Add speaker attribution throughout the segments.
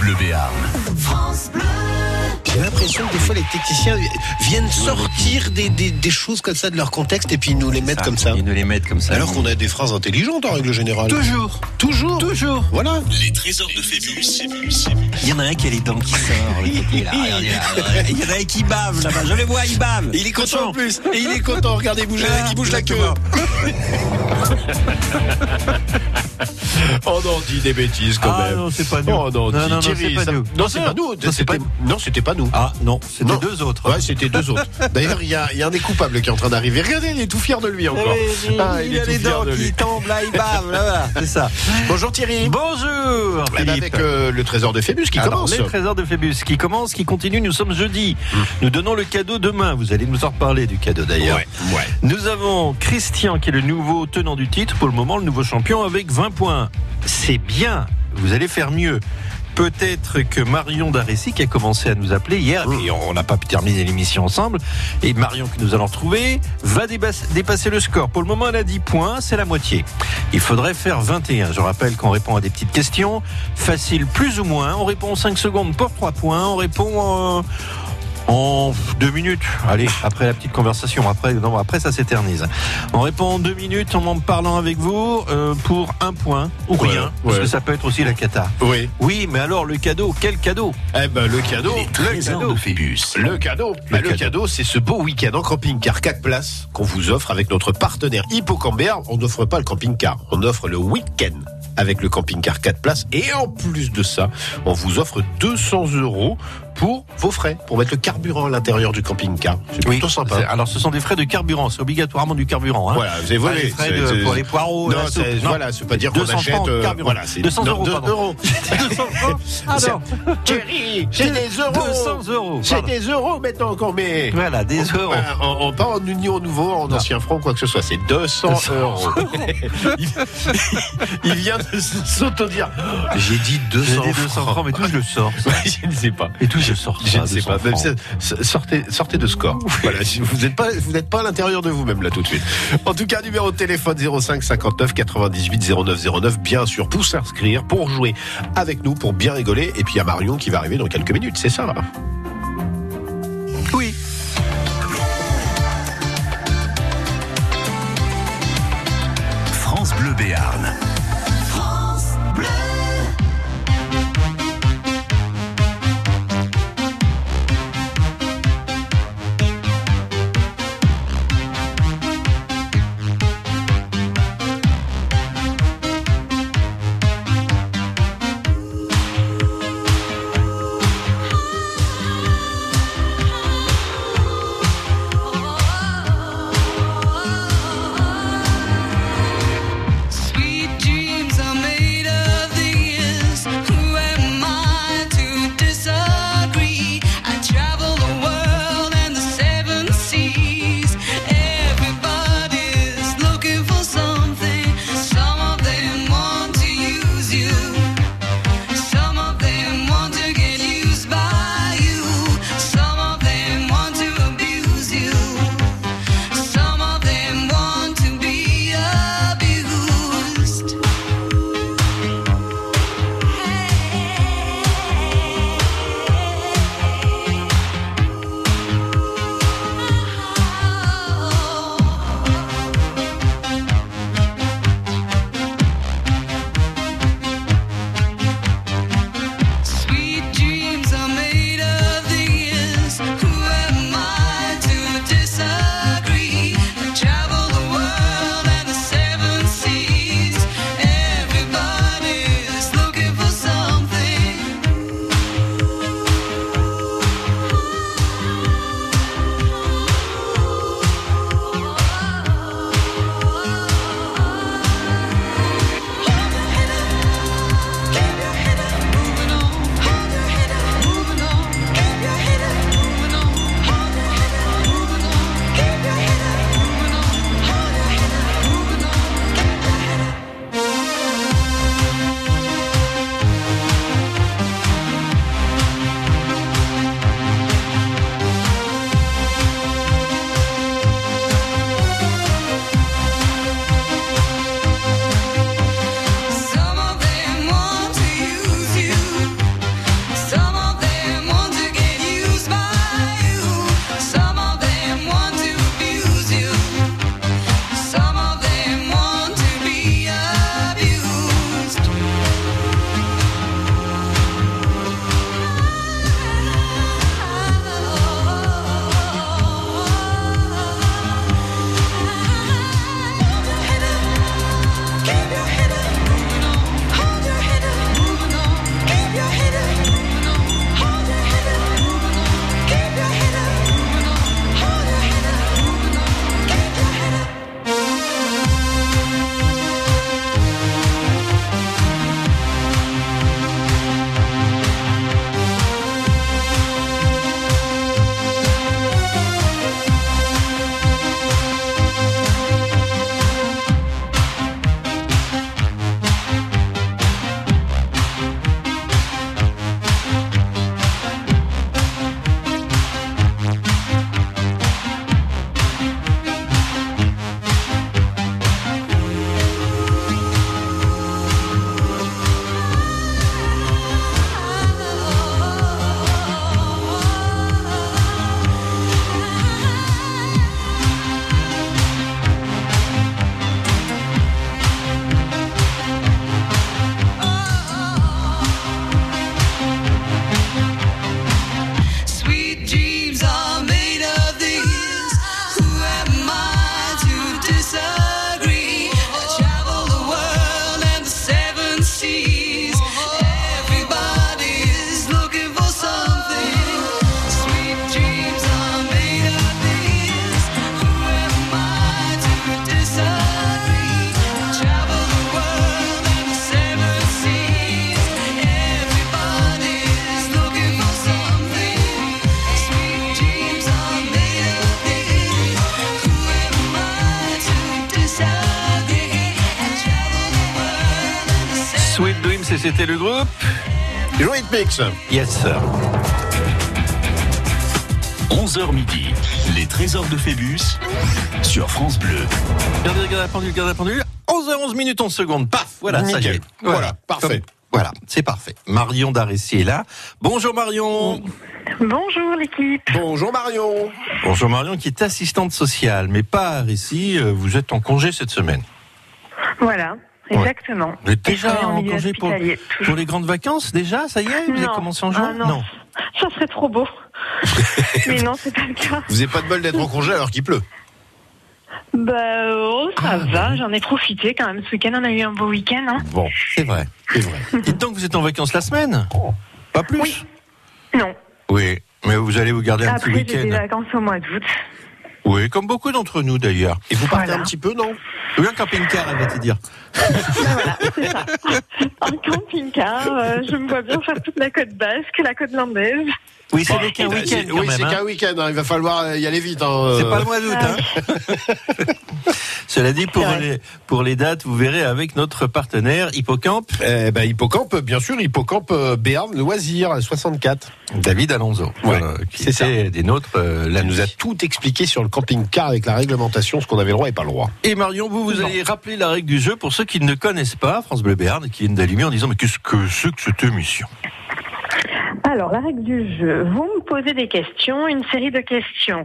Speaker 1: Bleu Béarn.
Speaker 2: J'ai l'impression que des fois les techniciens viennent sortir des, des- des choses comme ça de leur contexte et puis ils nous les mettent comme ça.
Speaker 3: Ils nous les mettent comme ça.
Speaker 2: Alors qu'on a des phrases intelligentes en règle générale.
Speaker 3: Toujours,
Speaker 2: Toujours.
Speaker 3: toujours.
Speaker 2: Voilà.
Speaker 1: Les trésors de Phébus.
Speaker 3: Il y en a un qui a les dents qui sortent. le petit, là. Regardez, là, regardez. Il y en a un qui bave là-bas. Je le vois, il bave.
Speaker 2: Il est content en plus. Et il est content. Regardez, bouger,
Speaker 3: Ah,
Speaker 2: il bouge la queue.
Speaker 3: exactement.
Speaker 2: Oh non, on dit des bêtises quand
Speaker 3: Ah
Speaker 2: même.
Speaker 3: non, c'est pas nous.
Speaker 2: Oh non,
Speaker 3: Non, non, non,
Speaker 2: Thierry,
Speaker 3: c'est pas
Speaker 2: ça-
Speaker 3: nous.
Speaker 2: Non, c'est
Speaker 3: Non,
Speaker 2: pas nous.
Speaker 3: non, c'est pas
Speaker 2: C'était- Non, c'était pas nous.
Speaker 3: Ah non, c'était
Speaker 2: Non.
Speaker 3: deux autres.
Speaker 2: Ouais, c'était deux autres. D'ailleurs, il y, a il y a un des coupables qui est en train d'arriver. Regardez, il est tout fier de lui encore. Ah,
Speaker 3: il, a
Speaker 2: est tout
Speaker 3: les
Speaker 2: fier
Speaker 3: dents
Speaker 2: de lui.
Speaker 3: qui tombent là, il bave. Là, voilà, c'est ça.
Speaker 2: Bonjour Thierry.
Speaker 3: Bonjour.
Speaker 2: Eh ben,
Speaker 3: Philippe.
Speaker 2: Avec euh, le trésor de Phébus qui
Speaker 3: Alors,
Speaker 2: commence. Hmm.
Speaker 3: les trésors de Phébus qui commence, qui continue. Nous sommes jeudi. Nous donnons le cadeau demain. Vous allez nous en reparler du cadeau d'ailleurs.
Speaker 2: ouais.
Speaker 3: Nous avons Christian qui est le nouveau tenant du titre, pour le moment le nouveau champion avec 20 points. C'est bien, vous allez faire mieux. Peut-être que Marion Darécy qui a commencé à nous appeler hier, et on n'a pas pu terminer l'émission ensemble, et Marion que nous allons retrouver, va dépasse- dépasser le score. Pour le moment, elle a 10 points, c'est la moitié. Il faudrait faire 21. Je rappelle qu'on répond à des petites questions, faciles plus ou moins. On répond en 5 secondes pour 3 points, on répond... euh, en deux minutes, allez, après la petite conversation, après, non, après ça s'éternise. On répond en deux minutes en en parlant avec vous euh, pour un point ou
Speaker 2: Ouais,
Speaker 3: rien, parce
Speaker 2: ouais.
Speaker 3: que ça peut être aussi la cata.
Speaker 2: Oui.
Speaker 3: Oui, mais alors le cadeau, quel cadeau
Speaker 2: Eh ben, le cadeau.
Speaker 1: Les trésors
Speaker 3: cadeau.
Speaker 1: de Phébus.
Speaker 2: Le cadeau, Bah, le
Speaker 3: cadeau.
Speaker 2: cadeau, c'est ce beau week-end en camping-car 4 places qu'on vous offre avec notre partenaire Hippocamber. On n'offre pas le camping-car, on offre le week-end avec le camping-car 4 places. Et en plus de ça, on vous offre 200 euros pour vos frais, pour mettre le carburant à l'intérieur du camping-car. C'est plutôt sympa.
Speaker 3: c'est- Alors ce sont des frais de carburant, c'est obligatoirement du carburant. Hein.
Speaker 2: Voilà, vous avez
Speaker 3: Pas
Speaker 2: volé.
Speaker 3: les frais
Speaker 2: C'est-
Speaker 3: de-
Speaker 2: c'est-
Speaker 3: pour les poireaux,
Speaker 2: Non,
Speaker 3: la soupe,
Speaker 2: c'est-
Speaker 3: non.
Speaker 2: voilà, c'est pas dire qu'on
Speaker 3: 200
Speaker 2: achète.
Speaker 3: francs de
Speaker 2: euh,
Speaker 3: carburant.
Speaker 2: voilà, c'est
Speaker 3: 200
Speaker 2: non,
Speaker 3: euros,
Speaker 2: deux
Speaker 3: pardon.
Speaker 2: euros.
Speaker 3: 200 euros Ah non.
Speaker 2: Thierry, j'ai des euros.
Speaker 3: 200 euros,
Speaker 2: J'ai
Speaker 3: pardon.
Speaker 2: des euros maintenant qu'on met.
Speaker 3: Voilà, des euros.
Speaker 2: Bah, en- en- pas en union nouveau, en ancien franc, quoi que ce soit. C'est 200 euros. il, il vient de s- s'autodire. J'ai dit
Speaker 3: J'ai
Speaker 2: 200,
Speaker 3: des 200 francs, mais tout je le sors. ça.
Speaker 2: je ne sais pas.
Speaker 3: Et tout je le sors.
Speaker 2: Je
Speaker 3: ça,
Speaker 2: ne sais
Speaker 3: 200
Speaker 2: pas. Même
Speaker 3: francs.
Speaker 2: ça- sortez, sortez de score. Voilà, si vous n'êtes pas, vous n'êtes pas à l'intérieur de vous-même là tout de suite. En tout cas, numéro de téléphone 05 59 98 09 09. Bien sûr, pour s'inscrire, pour jouer avec nous, pour bien rigoler. Et puis il y a Marion qui va arriver dans quelques minutes. C'est ça. Là.
Speaker 3: Oui.
Speaker 1: France Bleu Béarn.
Speaker 4: Sweet Jesus.
Speaker 3: c'était le groupe
Speaker 2: Joint Mix.
Speaker 3: Yes, sir.
Speaker 1: 11h midi, les trésors de Phébus sur France Bleu.
Speaker 3: Regardez, regardez la pendule, regardez la pendule. 11h11 minutes 11 secondes. Paf, voilà, ça y
Speaker 2: Nickel.
Speaker 3: est.
Speaker 2: Voilà, parfait.
Speaker 3: Comme- Voilà, c'est parfait. Marion Daressi est là. Bonjour Marion.
Speaker 4: Bonjour l'équipe.
Speaker 2: Bonjour Marion.
Speaker 3: Bonjour Marion qui est assistante sociale, mais pas à Récy. Euh, Vous êtes en congé cette semaine.
Speaker 4: Voilà, exactement.
Speaker 3: Vous êtes déjà
Speaker 4: en
Speaker 3: en
Speaker 4: milieu
Speaker 3: congé pour,
Speaker 4: hospitalier.
Speaker 3: pour les grandes vacances déjà Ça y est Vous avez
Speaker 4: Non.
Speaker 3: commencé en
Speaker 4: Ah,
Speaker 3: juin
Speaker 4: non. Ça serait trop beau. Mais non, c'est pas le cas.
Speaker 2: Vous n'avez pas de bol d'être en congé alors qu'il pleut.
Speaker 4: Bah, oh, ça
Speaker 3: Ah,
Speaker 4: va, j'en ai profité quand même. Ce week-end, on a eu un beau week-end. hein.
Speaker 2: Bon,
Speaker 3: C'est vrai.
Speaker 2: c'est vrai. Oh.
Speaker 3: Dites donc, vous êtes en vacances la semaine Pas plus
Speaker 4: Oui. Non,
Speaker 3: Oui, mais vous allez vous garder un
Speaker 4: après
Speaker 3: petit
Speaker 4: j'ai des
Speaker 3: week-end.
Speaker 4: vacances au mois d'août.
Speaker 3: Oui, comme beaucoup d'entre nous d'ailleurs.
Speaker 2: Et vous partez
Speaker 4: Voilà.
Speaker 2: un petit peu, non
Speaker 3: Oui, un camping-car, elle va te dire.
Speaker 4: bah, C'est ça. Un camping-car, euh, je me vois bien faire toute la côte basque, la côte landaise.
Speaker 3: Oui, c'est
Speaker 2: Bon,
Speaker 3: qu'un
Speaker 2: c'est-
Speaker 3: week-end
Speaker 2: c'est-
Speaker 3: quand
Speaker 2: Oui,
Speaker 3: même.
Speaker 2: c'est
Speaker 3: hein.
Speaker 2: qu'un week-end. hein, Il va falloir y aller vite. hein,
Speaker 3: C'est
Speaker 2: euh.
Speaker 3: pas le mois d'août. Hein Cela dit, pour
Speaker 4: C'est vrai.
Speaker 3: les, pour les dates, vous verrez avec notre partenaire Hippocampe,
Speaker 2: Eh ben, Hippocampe, bien sûr, Hippocampe euh, Béarn Loisirs 64.
Speaker 3: David Alonso,
Speaker 2: Ouais,
Speaker 3: voilà, qui
Speaker 2: c'est ça.
Speaker 3: était des nôtres euh,
Speaker 2: Elle
Speaker 3: lundi.
Speaker 2: nous a tout expliqué sur le camping-car avec la réglementation, ce qu'on avait le droit et pas le droit.
Speaker 3: Et Marion, vous, vous allez rappeler la règle du jeu pour ceux qui ne connaissent pas France Bleu Béarn et qui viennent d'allumer en disant Mais qu'est-ce que c'est que cette émission
Speaker 4: Alors, la règle du jeu, vous me posez des questions, une série de questions,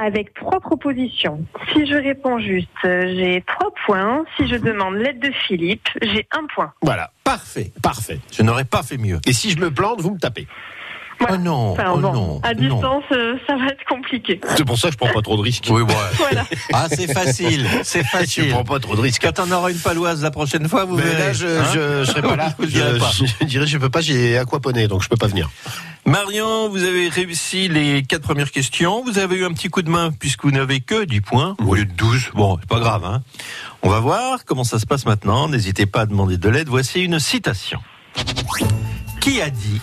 Speaker 4: avec trois propositions. Si je réponds juste, euh, j'ai trois points. Si je demande l'aide de Philippe, j'ai un point.
Speaker 2: Voilà,
Speaker 3: Parfait.
Speaker 2: parfait.
Speaker 3: Je n'aurais pas fait mieux.
Speaker 2: Et si je me plante, vous me tapez.
Speaker 4: Voilà.
Speaker 3: Oh non,
Speaker 4: Enfin,
Speaker 3: oh
Speaker 4: bon,
Speaker 3: non,
Speaker 4: à
Speaker 3: non.
Speaker 4: distance, euh, ça va être compliqué.
Speaker 2: C'est pour ça que je prends pas trop de risques.
Speaker 3: Oui, ouais.
Speaker 4: Voilà.
Speaker 3: Ah, c'est facile, c'est
Speaker 2: Je
Speaker 3: facile.
Speaker 2: prends pas trop de risques.
Speaker 3: Quand on aura une paloise la prochaine fois, vous
Speaker 2: Mais
Speaker 3: verrez.
Speaker 2: là, je,
Speaker 3: hein.
Speaker 2: je serai pas là.
Speaker 3: Vous le direz pas.
Speaker 2: Je, je dirais, je peux pas, j'ai aquaponé, donc je peux pas venir.
Speaker 3: Marion, vous avez réussi les quatre premières questions. Vous avez eu un petit coup de main puisque vous n'avez que 10 points au lieu de 12. Bon, c'est pas grave. Hein. On va voir comment ça se passe maintenant. N'hésitez pas à demander de l'aide. Voici une citation. Qui a dit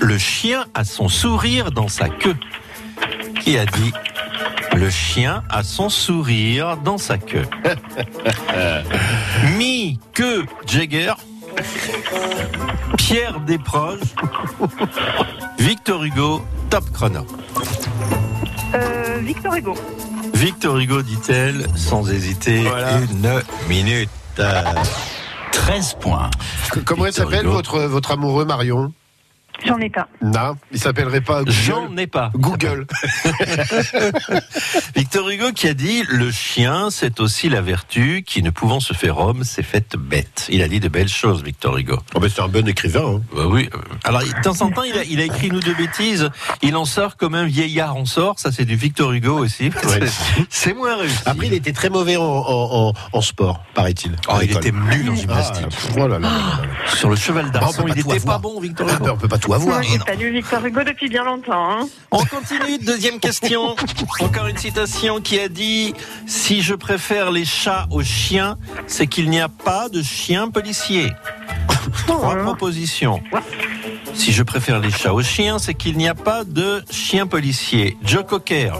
Speaker 3: Le chien a son sourire dans sa queue Qui a dit Le chien a son sourire dans sa queue Mi que Jagger Pierre Desproges Victor Hugo, top chrono.
Speaker 4: Euh, Victor Hugo.
Speaker 3: Victor Hugo, dit-elle, sans hésiter,
Speaker 2: Voilà.
Speaker 3: une minute.
Speaker 1: 13 points.
Speaker 2: C- Comment il
Speaker 3: Victor
Speaker 2: s'appelle
Speaker 3: Hugo.
Speaker 2: votre, votre amoureux Marion
Speaker 4: J'en ai pas.
Speaker 2: Non, il s'appellerait pas Google.
Speaker 3: J'en ai pas.
Speaker 2: Google.
Speaker 3: Victor Hugo qui a dit Le chien, c'est aussi la vertu qui, ne pouvant se faire homme, s'est faite bête. Il a dit de belles choses, Victor Hugo.
Speaker 2: Oh, ben, c'est un bon écrivain. hein.
Speaker 3: Bah oui. euh, Alors, de temps en temps, il a, il a écrit une ou deux bêtises. Il en sort comme un vieillard en sort. Ça, c'est du Victor Hugo aussi.
Speaker 2: Ouais.
Speaker 3: C'est- C'est moins réussi.
Speaker 2: Après, il était très mauvais en, en- en- en sport, paraît-il.
Speaker 3: Oh,
Speaker 2: À
Speaker 3: il
Speaker 2: l'école.
Speaker 3: était nul en
Speaker 2: Ah,
Speaker 3: gymnastique.
Speaker 2: pff, oh là là là là là.
Speaker 3: Sur le cheval
Speaker 2: Ah, on
Speaker 3: d'arçon,
Speaker 2: peut
Speaker 3: il
Speaker 2: pas tout
Speaker 3: n'était pas
Speaker 2: avoir.
Speaker 3: Oh, bon, Victor
Speaker 2: Ah,
Speaker 3: Hugo.
Speaker 2: ben, on peut pas tout avoir.
Speaker 4: Moi, j'ai
Speaker 2: hein.
Speaker 4: pas lu Victor Hugo depuis bien longtemps. hein.
Speaker 3: On continue, deuxième question. Encore une citation qui a dit Si je préfère les chats aux chiens, c'est qu'il n'y a pas de chien policier. Trois
Speaker 4: hein.
Speaker 3: propositions. Si je préfère les chats aux chiens, c'est qu'il n'y a pas de chien policier. Joe Cocker,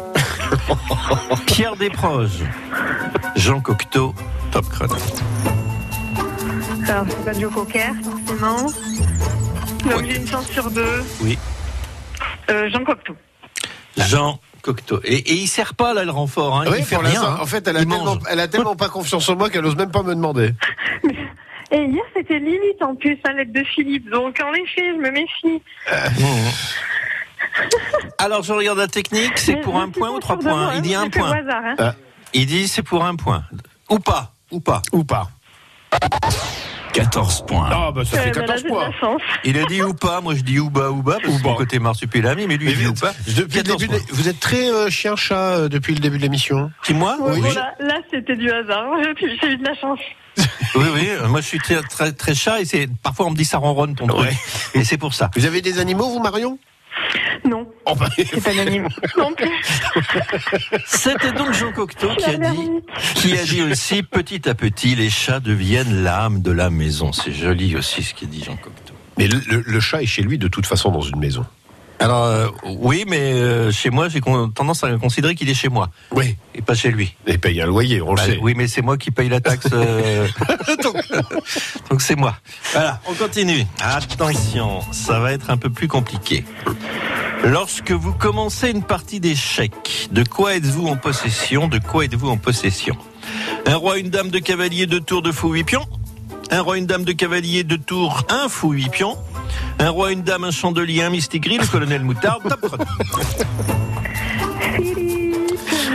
Speaker 3: Pierre Desproges, Jean Cocteau, Top Chrono.
Speaker 4: Alors, c'est pas du poker, forcément. Donc, j'ai une chance sur deux.
Speaker 3: Oui.
Speaker 4: Euh, Jean Cocteau.
Speaker 3: Jean Cocteau. Et, et il sert pas là le renfort, hein.
Speaker 2: Ah oui,
Speaker 3: il fait
Speaker 2: pour
Speaker 3: rien.
Speaker 2: l'instant,
Speaker 3: hein.
Speaker 2: En fait, elle a,
Speaker 3: Il mange.
Speaker 2: tellement, elle a tellement pas confiance en moi qu'elle ose même pas me demander.
Speaker 4: Et hier, c'était limite en plus, à l'aide de Philippe. Donc, en effet, je me méfie.
Speaker 3: Euh. Alors je regarde la technique, c'est
Speaker 4: Mais
Speaker 3: pour
Speaker 4: je
Speaker 3: un
Speaker 4: suis
Speaker 3: point
Speaker 4: pas
Speaker 3: ou trois
Speaker 4: sûre de
Speaker 3: points
Speaker 4: moi,
Speaker 3: Il dit
Speaker 4: hein,
Speaker 3: un
Speaker 4: j'ai fait au
Speaker 3: point. Euh,
Speaker 4: hasard, hein.
Speaker 3: Il dit c'est pour un point. Ou pas, ou pas.
Speaker 2: Ou pas.
Speaker 1: 14 points.
Speaker 2: Ah, bah, ça
Speaker 4: Euh,
Speaker 2: fait
Speaker 4: bah là,
Speaker 2: 14
Speaker 4: j'ai de
Speaker 2: points.
Speaker 4: la chance.
Speaker 3: Il a dit ou pas, moi je dis ou bas ou bas, parce que c'est le côté marsupilami, mais lui
Speaker 2: Mais
Speaker 3: il dit ou
Speaker 2: vite.
Speaker 3: pas.
Speaker 2: Depuis le
Speaker 3: 14
Speaker 2: début de-
Speaker 3: points.
Speaker 2: vous êtes très euh, chien-chat euh, depuis le début de l'émission.
Speaker 3: Qui moi
Speaker 4: Ouais,
Speaker 2: Ah, Oui.
Speaker 4: voilà, là, c'était du hasard. J'ai j'ai eu de la chance.
Speaker 3: Oui, oui, euh, moi je suis très, très, très chat et c'est parfois on me dit ça ronronne ton truc.
Speaker 2: Ouais.
Speaker 3: Et c'est pour ça.
Speaker 2: Vous avez des animaux, vous, Marion
Speaker 4: Non,
Speaker 2: Oh, bah,
Speaker 4: c'est pas anonyme. Non plus.
Speaker 3: C'était donc Jean Cocteau
Speaker 4: Je
Speaker 3: qui
Speaker 4: suis
Speaker 3: a dit,
Speaker 4: allergique.
Speaker 3: qui a dit aussi petit à petit les chats deviennent l'âme de la maison. C'est joli aussi ce qu'il dit Jean Cocteau.
Speaker 2: Mais le, le- le chat est chez lui de toute façon dans une maison.
Speaker 3: Alors, euh, oui, mais euh, chez moi, j'ai con- tendance à considérer qu'il est chez moi
Speaker 2: Oui.
Speaker 3: et pas chez lui.
Speaker 2: Et paye un loyer, on
Speaker 3: Bah,
Speaker 2: le sait.
Speaker 3: oui, mais c'est moi qui paye la taxe. euh, donc donc c'est moi. Voilà, on continue. Attention, ça va être un peu plus compliqué. Lorsque vous commencez une partie d'échecs, de quoi êtes-vous en possession De quoi êtes-vous en possession Un roi, une dame, de cavalier, deux tours, de fou, huit pions Un roi, une dame, de cavalier, deux tours, un fou, huit pions Un roi, une dame, un chandelier, un mistigris, le colonel Moutarde, top chrono.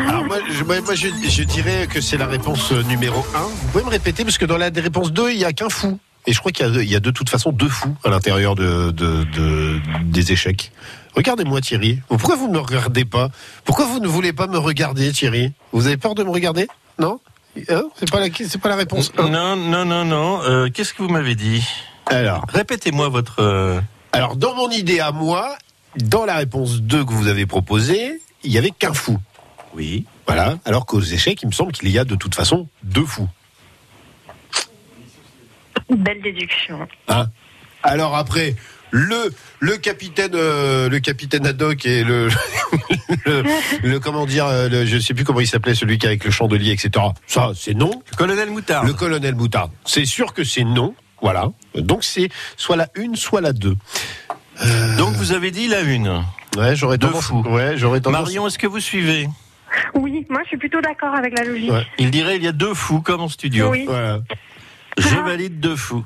Speaker 2: Alors moi, je, moi- moi, je- je dirais que c'est la réponse euh, numéro 1. Vous pouvez me répéter, parce que dans la réponse 2, il n'y a qu'un fou. Et je crois qu'il y a, deux- il y a de toute façon deux fous à l'intérieur de, de- de- des échecs. Regardez-moi Thierry. Pourquoi vous ne me regardez pas Pourquoi vous ne voulez pas me regarder Thierry Vous avez peur de me regarder Non Hein C'est pas, la- c'est pas la réponse 1.
Speaker 3: Non, non, non, non. Euh, Qu'est-ce que vous m'avez dit euh,
Speaker 2: Alors,
Speaker 3: Répétez-moi votre. euh,
Speaker 2: alors, dans mon idée à moi, dans la réponse 2 que vous avez proposée, il n'y avait qu'un fou.
Speaker 3: Oui.
Speaker 2: Voilà. Alors qu'aux échecs, il me semble qu'il y a de toute façon deux fous.
Speaker 4: Belle déduction.
Speaker 2: Hein Alors après, le le capitaine, euh, le capitaine Haddock et le, le, le- comment dire, euh, le- je sais plus comment il s'appelait celui qui est avec le chandelier, etc. Ça, c'est non.
Speaker 3: Colonel Moutard.
Speaker 2: Le colonel Moutarde, c'est sûr que c'est non. Voilà. Donc c'est soit la une, soit la deux. Euh,
Speaker 3: Donc vous avez dit la une.
Speaker 2: Ouais, j'aurais
Speaker 3: Deux
Speaker 2: tendance.
Speaker 3: fous.
Speaker 2: Ouais, j'aurais tendance.
Speaker 3: Marion, est-ce que vous suivez
Speaker 4: Oui, moi je suis plutôt d'accord avec la logique.
Speaker 2: Ouais.
Speaker 3: Il dirait il y a deux fous comme en studio.
Speaker 4: Oui.
Speaker 2: Voilà.
Speaker 3: Je valide deux fous.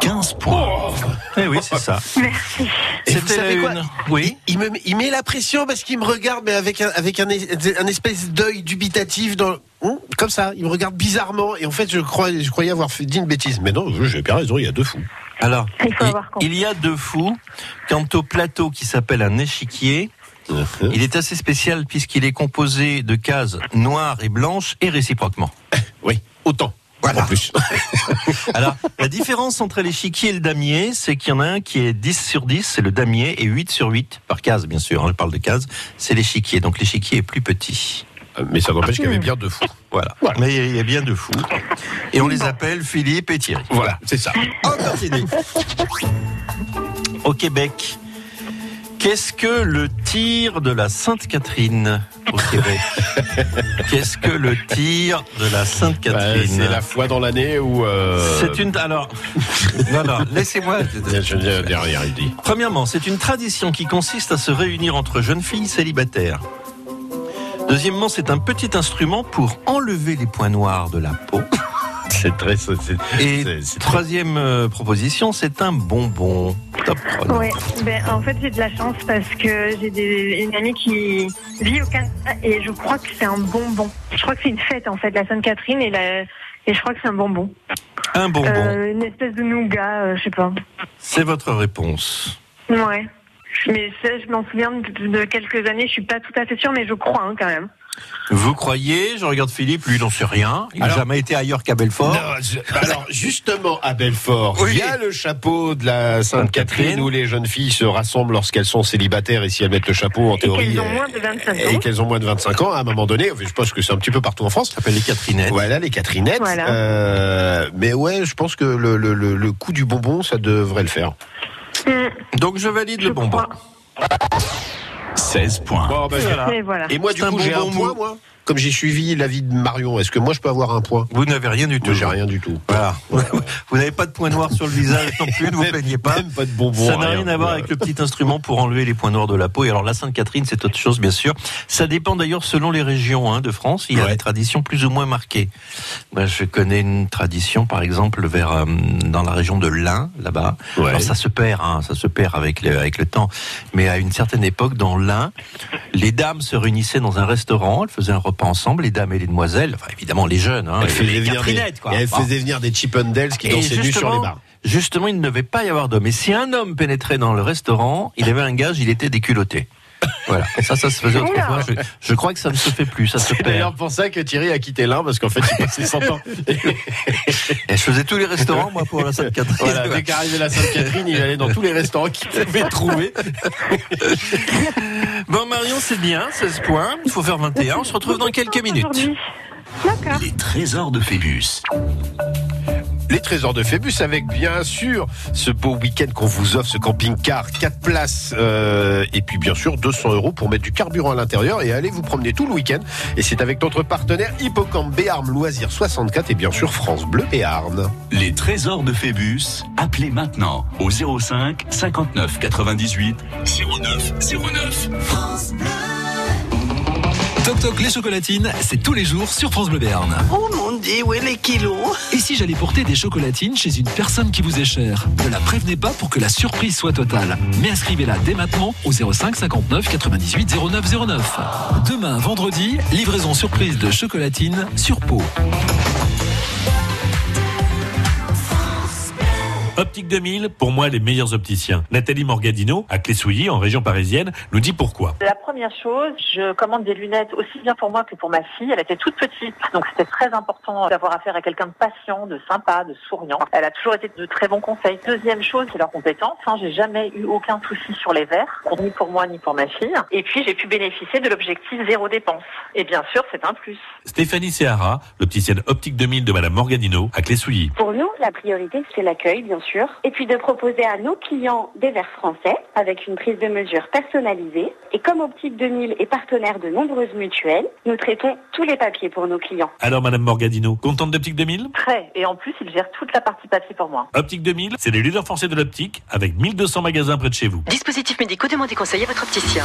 Speaker 1: 15 points.
Speaker 2: Oh.
Speaker 3: Eh oui, c'est ça.
Speaker 4: Merci.
Speaker 2: Et vous
Speaker 3: C'était la
Speaker 2: savez quoi
Speaker 3: une. Oui.
Speaker 2: Il, il me, il met la pression parce qu'il me regarde, mais avec un, avec un, es- un espèce d'œil dubitatif dans. Hum, Comme ça, il me regarde bizarrement et en fait je, crois, je croyais avoir fait, dit une bêtise. Mais non, j'ai bien raison, il y a deux fous.
Speaker 3: Alors,
Speaker 4: Il faut
Speaker 3: il,
Speaker 4: avoir compris.
Speaker 3: il y a deux fous. Quant au plateau qui s'appelle un échiquier, il est assez spécial puisqu'il est composé de cases noires et blanches et réciproquement.
Speaker 2: Oui, autant. En plus.
Speaker 3: Alors, la différence entre l'échiquier et le damier, c'est qu'il y en a un qui est 10 sur 10, c'est le damier, et 8 sur 8, par case, bien sûr, hein, je parle de case, c'est l'échiquier. Donc l'échiquier est plus petit.
Speaker 2: Euh, Mais ça n'empêche qu'il y avait bien deux fous.
Speaker 3: Voilà. Mais il y a bien deux fous. Et on les appelle Philippe et Thierry. Oh,
Speaker 2: Voilà, c'est ça.
Speaker 3: On continue. Au Québec, qu'est-ce que le tir de la Sainte-Catherine au Québec Qu'est-ce que le tir de la
Speaker 2: Bah,
Speaker 3: Sainte-Catherine
Speaker 2: c'est la fois dans l'année où. euh,
Speaker 3: C'est une. Alors. Non, non, laissez-moi.
Speaker 2: Je ne dis rien, il dit.
Speaker 3: Premièrement, c'est une tradition qui consiste à se réunir entre jeunes filles célibataires. Deuxièmement, c'est un petit instrument pour enlever les points noirs de la peau.
Speaker 2: C'est très. c'est- c'est-
Speaker 3: Et
Speaker 2: c'est- c'est très-
Speaker 3: troisième euh, proposition, c'est un bonbon. Top
Speaker 2: Oh,
Speaker 3: chrono.
Speaker 4: Ouais, ben, en fait j'ai de la chance parce que j'ai des- une amie qui vit au Canada et je crois que c'est un bonbon. Je crois que c'est une fête en fait, la Sainte-Catherine et, la... et je crois que c'est un bonbon.
Speaker 3: Un bonbon,
Speaker 4: Euh, une espèce de nougat, euh, je sais pas.
Speaker 3: c'est votre réponse.
Speaker 4: Ouais. Mais ça, je m'en souviens de, de quelques années, je suis pas tout à fait sûre, mais je crois hein, quand même.
Speaker 3: Vous croyez Je regarde Philippe, lui, il n'en sait rien. Il n'a
Speaker 2: Alors-
Speaker 3: jamais été ailleurs qu'à Belfort.
Speaker 2: Non, je- alors justement à Belfort,
Speaker 3: Oui.
Speaker 2: il y a le chapeau de la Sainte-Catherine
Speaker 3: Sainte-Catherine.
Speaker 2: où les jeunes filles se rassemblent lorsqu'elles sont célibataires et si elles mettent le chapeau en
Speaker 4: Et
Speaker 2: théorie
Speaker 4: qu'elles ont
Speaker 2: elles-
Speaker 4: moins de 25
Speaker 3: euh,
Speaker 2: et
Speaker 4: ans.
Speaker 2: qu'elles ont moins de 25 ans à un moment donné, je pense que c'est un petit peu partout en France.
Speaker 3: s'appelle les Catherinettes.
Speaker 2: Voilà les Catherinettes.
Speaker 4: Voilà.
Speaker 2: Euh, mais ouais, je pense que le, le, le, le coup du bonbon, ça devrait le faire.
Speaker 4: Hum,
Speaker 3: Donc je valide
Speaker 4: je
Speaker 3: le bonbon.
Speaker 4: crois.
Speaker 1: 16 points.
Speaker 2: Bon, bah, je-
Speaker 3: Voilà.
Speaker 4: Et voilà.
Speaker 2: Et moi, du
Speaker 3: C'est un
Speaker 2: coup, j'ai un
Speaker 3: bonbon
Speaker 2: point,
Speaker 3: mou.
Speaker 2: moi. Comme j'ai suivi l'avis de Marion, est-ce que moi, je peux avoir un point
Speaker 3: Vous n'avez rien du tout.
Speaker 2: Moi, j'ai rien du tout.
Speaker 3: Voilà. Vous n'avez pas de point noir sur le visage non plus, ne vous plaignez pas.
Speaker 2: Même pas de bonbon.
Speaker 3: ça n'a rien à voir avec le petit instrument pour enlever les points noirs de la peau. Et alors la Sainte-Catherine, c'est autre chose, bien sûr. Ça dépend d'ailleurs selon les régions hein, de France. Il y a
Speaker 2: Ouais.
Speaker 3: des traditions plus ou moins marquées. Moi, je connais une tradition, par exemple, vers euh, dans la région de l'Ain, là-bas.
Speaker 2: Ouais.
Speaker 3: Alors ça se perd, hein, ça se perd avec le, avec le temps. Mais à une certaine époque, dans l'Ain, les dames se réunissaient dans un restaurant. Elles faisaient un repas ensemble, les dames et les demoiselles. Enfin, évidemment, les jeunes. Hein,
Speaker 2: Elle
Speaker 3: et
Speaker 2: faisait
Speaker 3: les
Speaker 2: venir des,
Speaker 3: Catherinettes, quoi.
Speaker 2: elle
Speaker 3: Bon.
Speaker 2: faisait venir des Chip and Dales qui
Speaker 3: Et
Speaker 2: dansaient nus sur les bars.
Speaker 3: Justement, il ne devait pas y avoir d'homme. Et si un homme pénétrait dans le restaurant, il avait un gage, il était déculotté. Voilà, ça, ça se faisait autrefois. Je, je crois que ça ne se fait plus, ça se
Speaker 2: C'est d'ailleurs
Speaker 3: perd.
Speaker 2: pour ça que Thierry a quitté l'un, parce qu'en fait, il passait 100 ans.
Speaker 3: Et je faisais tous les restaurants, moi, pour la Sainte-Catherine.
Speaker 2: Voilà, dès qu'arrivait la Sainte-Catherine, il allait dans tous les restaurants qu'il pouvait trouver.
Speaker 3: Bon, Marion, c'est bien, 16 points. Il faut faire 21. On se retrouve dans quelques minutes.
Speaker 4: Aujourd'hui. D'accord.
Speaker 1: Les trésors de Phébus.
Speaker 2: les trésors de Phébus avec bien sûr ce beau week-end qu'on vous offre, ce camping-car, 4 places euh, et puis bien sûr 200 euros pour mettre du carburant à l'intérieur et aller vous promener tout le week-end. Et c'est avec notre partenaire Hippocampe Béarn Loisirs 64 et bien sûr France Bleu Béarn.
Speaker 1: Les trésors de Phébus, appelez maintenant au 05 59 98 09 09.
Speaker 5: Toc Toc les chocolatines, c'est tous les jours sur France Bleu Béarn.
Speaker 6: Oh mon dieu, où est les kilos
Speaker 5: Et si j'allais porter des chocolatines chez une personne qui vous est chère Ne la prévenez pas pour que la surprise soit totale. Mais inscrivez-la dès maintenant au 05 59 98 09 09. Demain, vendredi, livraison surprise de chocolatines sur peau.
Speaker 7: Optique 2000, pour moi les meilleurs opticiens. Nathalie Morgadino, à Clé-Souilly, en région parisienne, nous dit pourquoi.
Speaker 8: La première chose, je commande des lunettes aussi bien pour moi que pour ma fille. Elle était toute petite, donc c'était très important d'avoir affaire à quelqu'un de patient, de sympa, de souriant. Elle a toujours été de très bons conseils. Deuxième chose, c'est leur compétence. hein. J'ai jamais eu aucun souci sur les verres, ni pour moi ni pour ma fille. Et puis j'ai pu bénéficier de l'objectif zéro dépense. Et bien sûr, c'est un plus.
Speaker 7: Stéphanie Seara, l'opticienne Optique 2000 de Madame Morgadino, à Clé-Souilly.
Speaker 9: Pour nous, la priorité, c'est l'accueil, bien sûr, et puis de proposer à nos clients des verres français avec une prise de mesure personnalisée. Et comme Optique 2000 est partenaire de nombreuses mutuelles, nous traitons tous les papiers pour nos clients.
Speaker 7: Alors Madame Morgadino, contente d'Optique 2000
Speaker 8: Très. Et en plus, il gère toute la partie papier pour moi.
Speaker 7: Optique 2000, c'est le leader français de l'optique, avec 1200 magasins près de chez vous.
Speaker 10: Dispositifs médicaux, demandez conseil à votre opticien.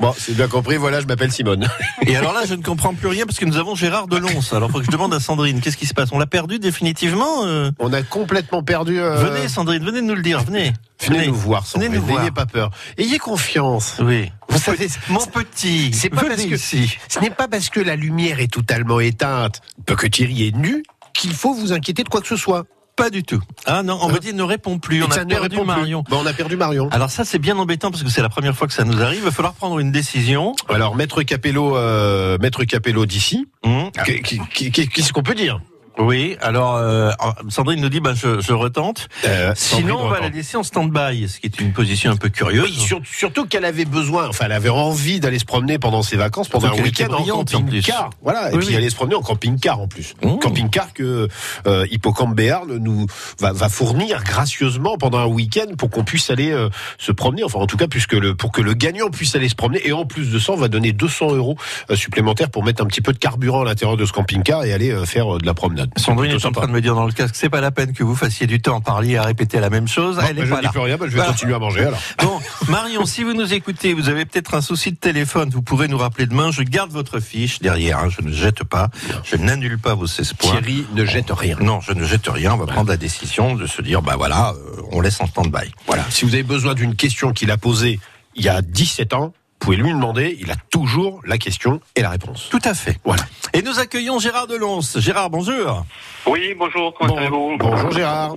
Speaker 2: Bon, c'est bien compris, voilà, je m'appelle Simone.
Speaker 3: Et alors là, je ne comprends plus rien parce que nous avons Gérard Delonce. Alors, faut que je demande à Sandrine, qu'est-ce qui se passe On l'a perdu définitivement euh
Speaker 2: On a complètement perdu. euh,
Speaker 3: Venez, Sandrine, venez nous le dire, venez.
Speaker 2: venez nous voir, sans
Speaker 3: Venez nous voir.
Speaker 2: N'ayez pas peur. Ayez confiance.
Speaker 3: Oui.
Speaker 2: Vous savez,
Speaker 3: Mon petit,
Speaker 2: C'est pas
Speaker 3: venez
Speaker 2: parce que-
Speaker 3: ici.
Speaker 2: ce n'est pas parce que la lumière est totalement éteinte, peu que Thierry est nu, qu'il faut vous inquiéter de quoi que ce soit. Euh,
Speaker 3: Pas du tout. Ah non, on me dit ne répond plus.
Speaker 2: Et
Speaker 3: On
Speaker 2: ça
Speaker 3: a
Speaker 2: ne
Speaker 3: perdu
Speaker 2: répond plus.
Speaker 3: Marion.
Speaker 2: Bon, on a perdu Marion.
Speaker 3: Alors ça, c'est bien embêtant parce que c'est la première fois que ça nous arrive. Il va falloir prendre une décision.
Speaker 2: Alors, Maître Capello, euh, Maître Capello d'ici,
Speaker 3: Hum.
Speaker 2: qu'est- qu'est- qu'est- qu'est-ce qu'on peut dire
Speaker 3: Oui. Alors, euh, Sandrine nous dit, bah, je, je retente.
Speaker 2: Euh,
Speaker 3: Sinon, on va la laisser en stand-by, ce qui est une position un peu curieuse.
Speaker 2: Oui, sur- surtout qu'elle avait besoin, enfin, elle avait envie d'aller se promener pendant ses vacances, pendant
Speaker 3: Surtout
Speaker 2: un
Speaker 3: qu'elle était
Speaker 2: week-end en
Speaker 3: brillante, en
Speaker 2: camping-car.
Speaker 3: plus.
Speaker 2: Voilà, et
Speaker 3: Oui,
Speaker 2: puis
Speaker 3: oui.
Speaker 2: aller se promener en camping-car en plus.
Speaker 3: Mmh.
Speaker 2: Camping-car que euh, Hippocampe Béarn nous va, va fournir gracieusement pendant un week-end pour qu'on puisse aller euh, se promener. Enfin, en tout cas, puisque le, pour que le gagnant puisse aller se promener. Et en plus de ça, on va donner 200 euros euh, supplémentaires pour mettre un petit peu de carburant à l'intérieur de ce camping-car et aller euh, faire euh, de la promenade.
Speaker 3: Sandrine est
Speaker 2: Plutôt
Speaker 3: en
Speaker 2: sympa.
Speaker 3: train de me dire dans le casque, c'est pas la peine que vous fassiez du temps à parler et à répéter la même chose.
Speaker 2: Bon,
Speaker 3: Elle
Speaker 2: bah,
Speaker 3: est
Speaker 2: je
Speaker 3: pas
Speaker 2: ne dis
Speaker 3: là.
Speaker 2: plus rien, bah, je vais
Speaker 3: Voilà.
Speaker 2: continuer à manger alors.
Speaker 3: Bon, Marion, si vous nous écoutez, vous avez peut-être un souci de téléphone, vous pourrez nous rappeler demain. Je garde votre fiche derrière, hein, je ne jette pas, je n'annule pas vos espoirs.
Speaker 2: Thierry ne jette rien.
Speaker 3: Non, je ne jette rien. On va prendre la décision de se dire, bah voilà, euh, on laisse en stand-by.
Speaker 2: Voilà. Si vous avez besoin d'une question qu'il a posée il y a 17 ans, vous pouvez lui demander. Il a toujours la question et la réponse.
Speaker 3: Tout à fait.
Speaker 2: Voilà.
Speaker 3: Et nous accueillons Gérard Delonce. Gérard, bonjour.
Speaker 11: Oui, bonjour, comment allez-vous
Speaker 2: Bonjour Gérard.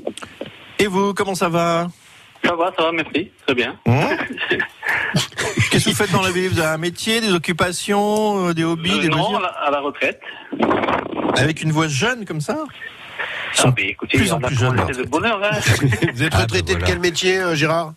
Speaker 3: Et vous, comment ça va
Speaker 11: Ça va, ça va, merci, très bien.
Speaker 3: Hein Qu'est-ce que vous faites dans la vie Vous avez un métier, des occupations, euh, des hobbies,
Speaker 11: Euh,
Speaker 3: des
Speaker 11: non,
Speaker 3: loisirs
Speaker 11: à la, à la retraite.
Speaker 3: Avec une voix jeune comme ça
Speaker 11: Ah, mais écoutez,
Speaker 3: plus en
Speaker 11: on a
Speaker 3: plus jeunes,
Speaker 11: commencé
Speaker 3: en
Speaker 11: de bonheur. Hein.
Speaker 2: Vous êtes
Speaker 3: Ah,
Speaker 2: retraité
Speaker 3: ben
Speaker 2: de
Speaker 3: voilà.
Speaker 2: quel métier, euh, Gérard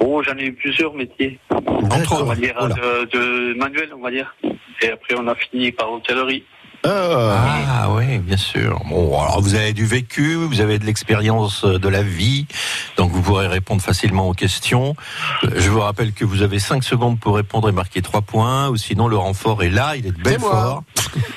Speaker 11: oh, j'en ai eu plusieurs métiers,
Speaker 3: Entre
Speaker 11: on va
Speaker 3: autres.
Speaker 11: dire,
Speaker 3: Voilà.
Speaker 11: de, de manuel, on va dire. Et après, on a fini par hôtellerie.
Speaker 2: Ah,
Speaker 3: Ah oui, bien sûr. Bon, alors vous avez du vécu, vous avez de l'expérience euh, de la vie, donc vous pourrez répondre facilement aux questions. Euh, Je vous rappelle que vous avez 5 secondes pour répondre et marquer 3 points, ou sinon le renfort est là, il est de
Speaker 2: C'est
Speaker 3: Belfort.
Speaker 2: moi.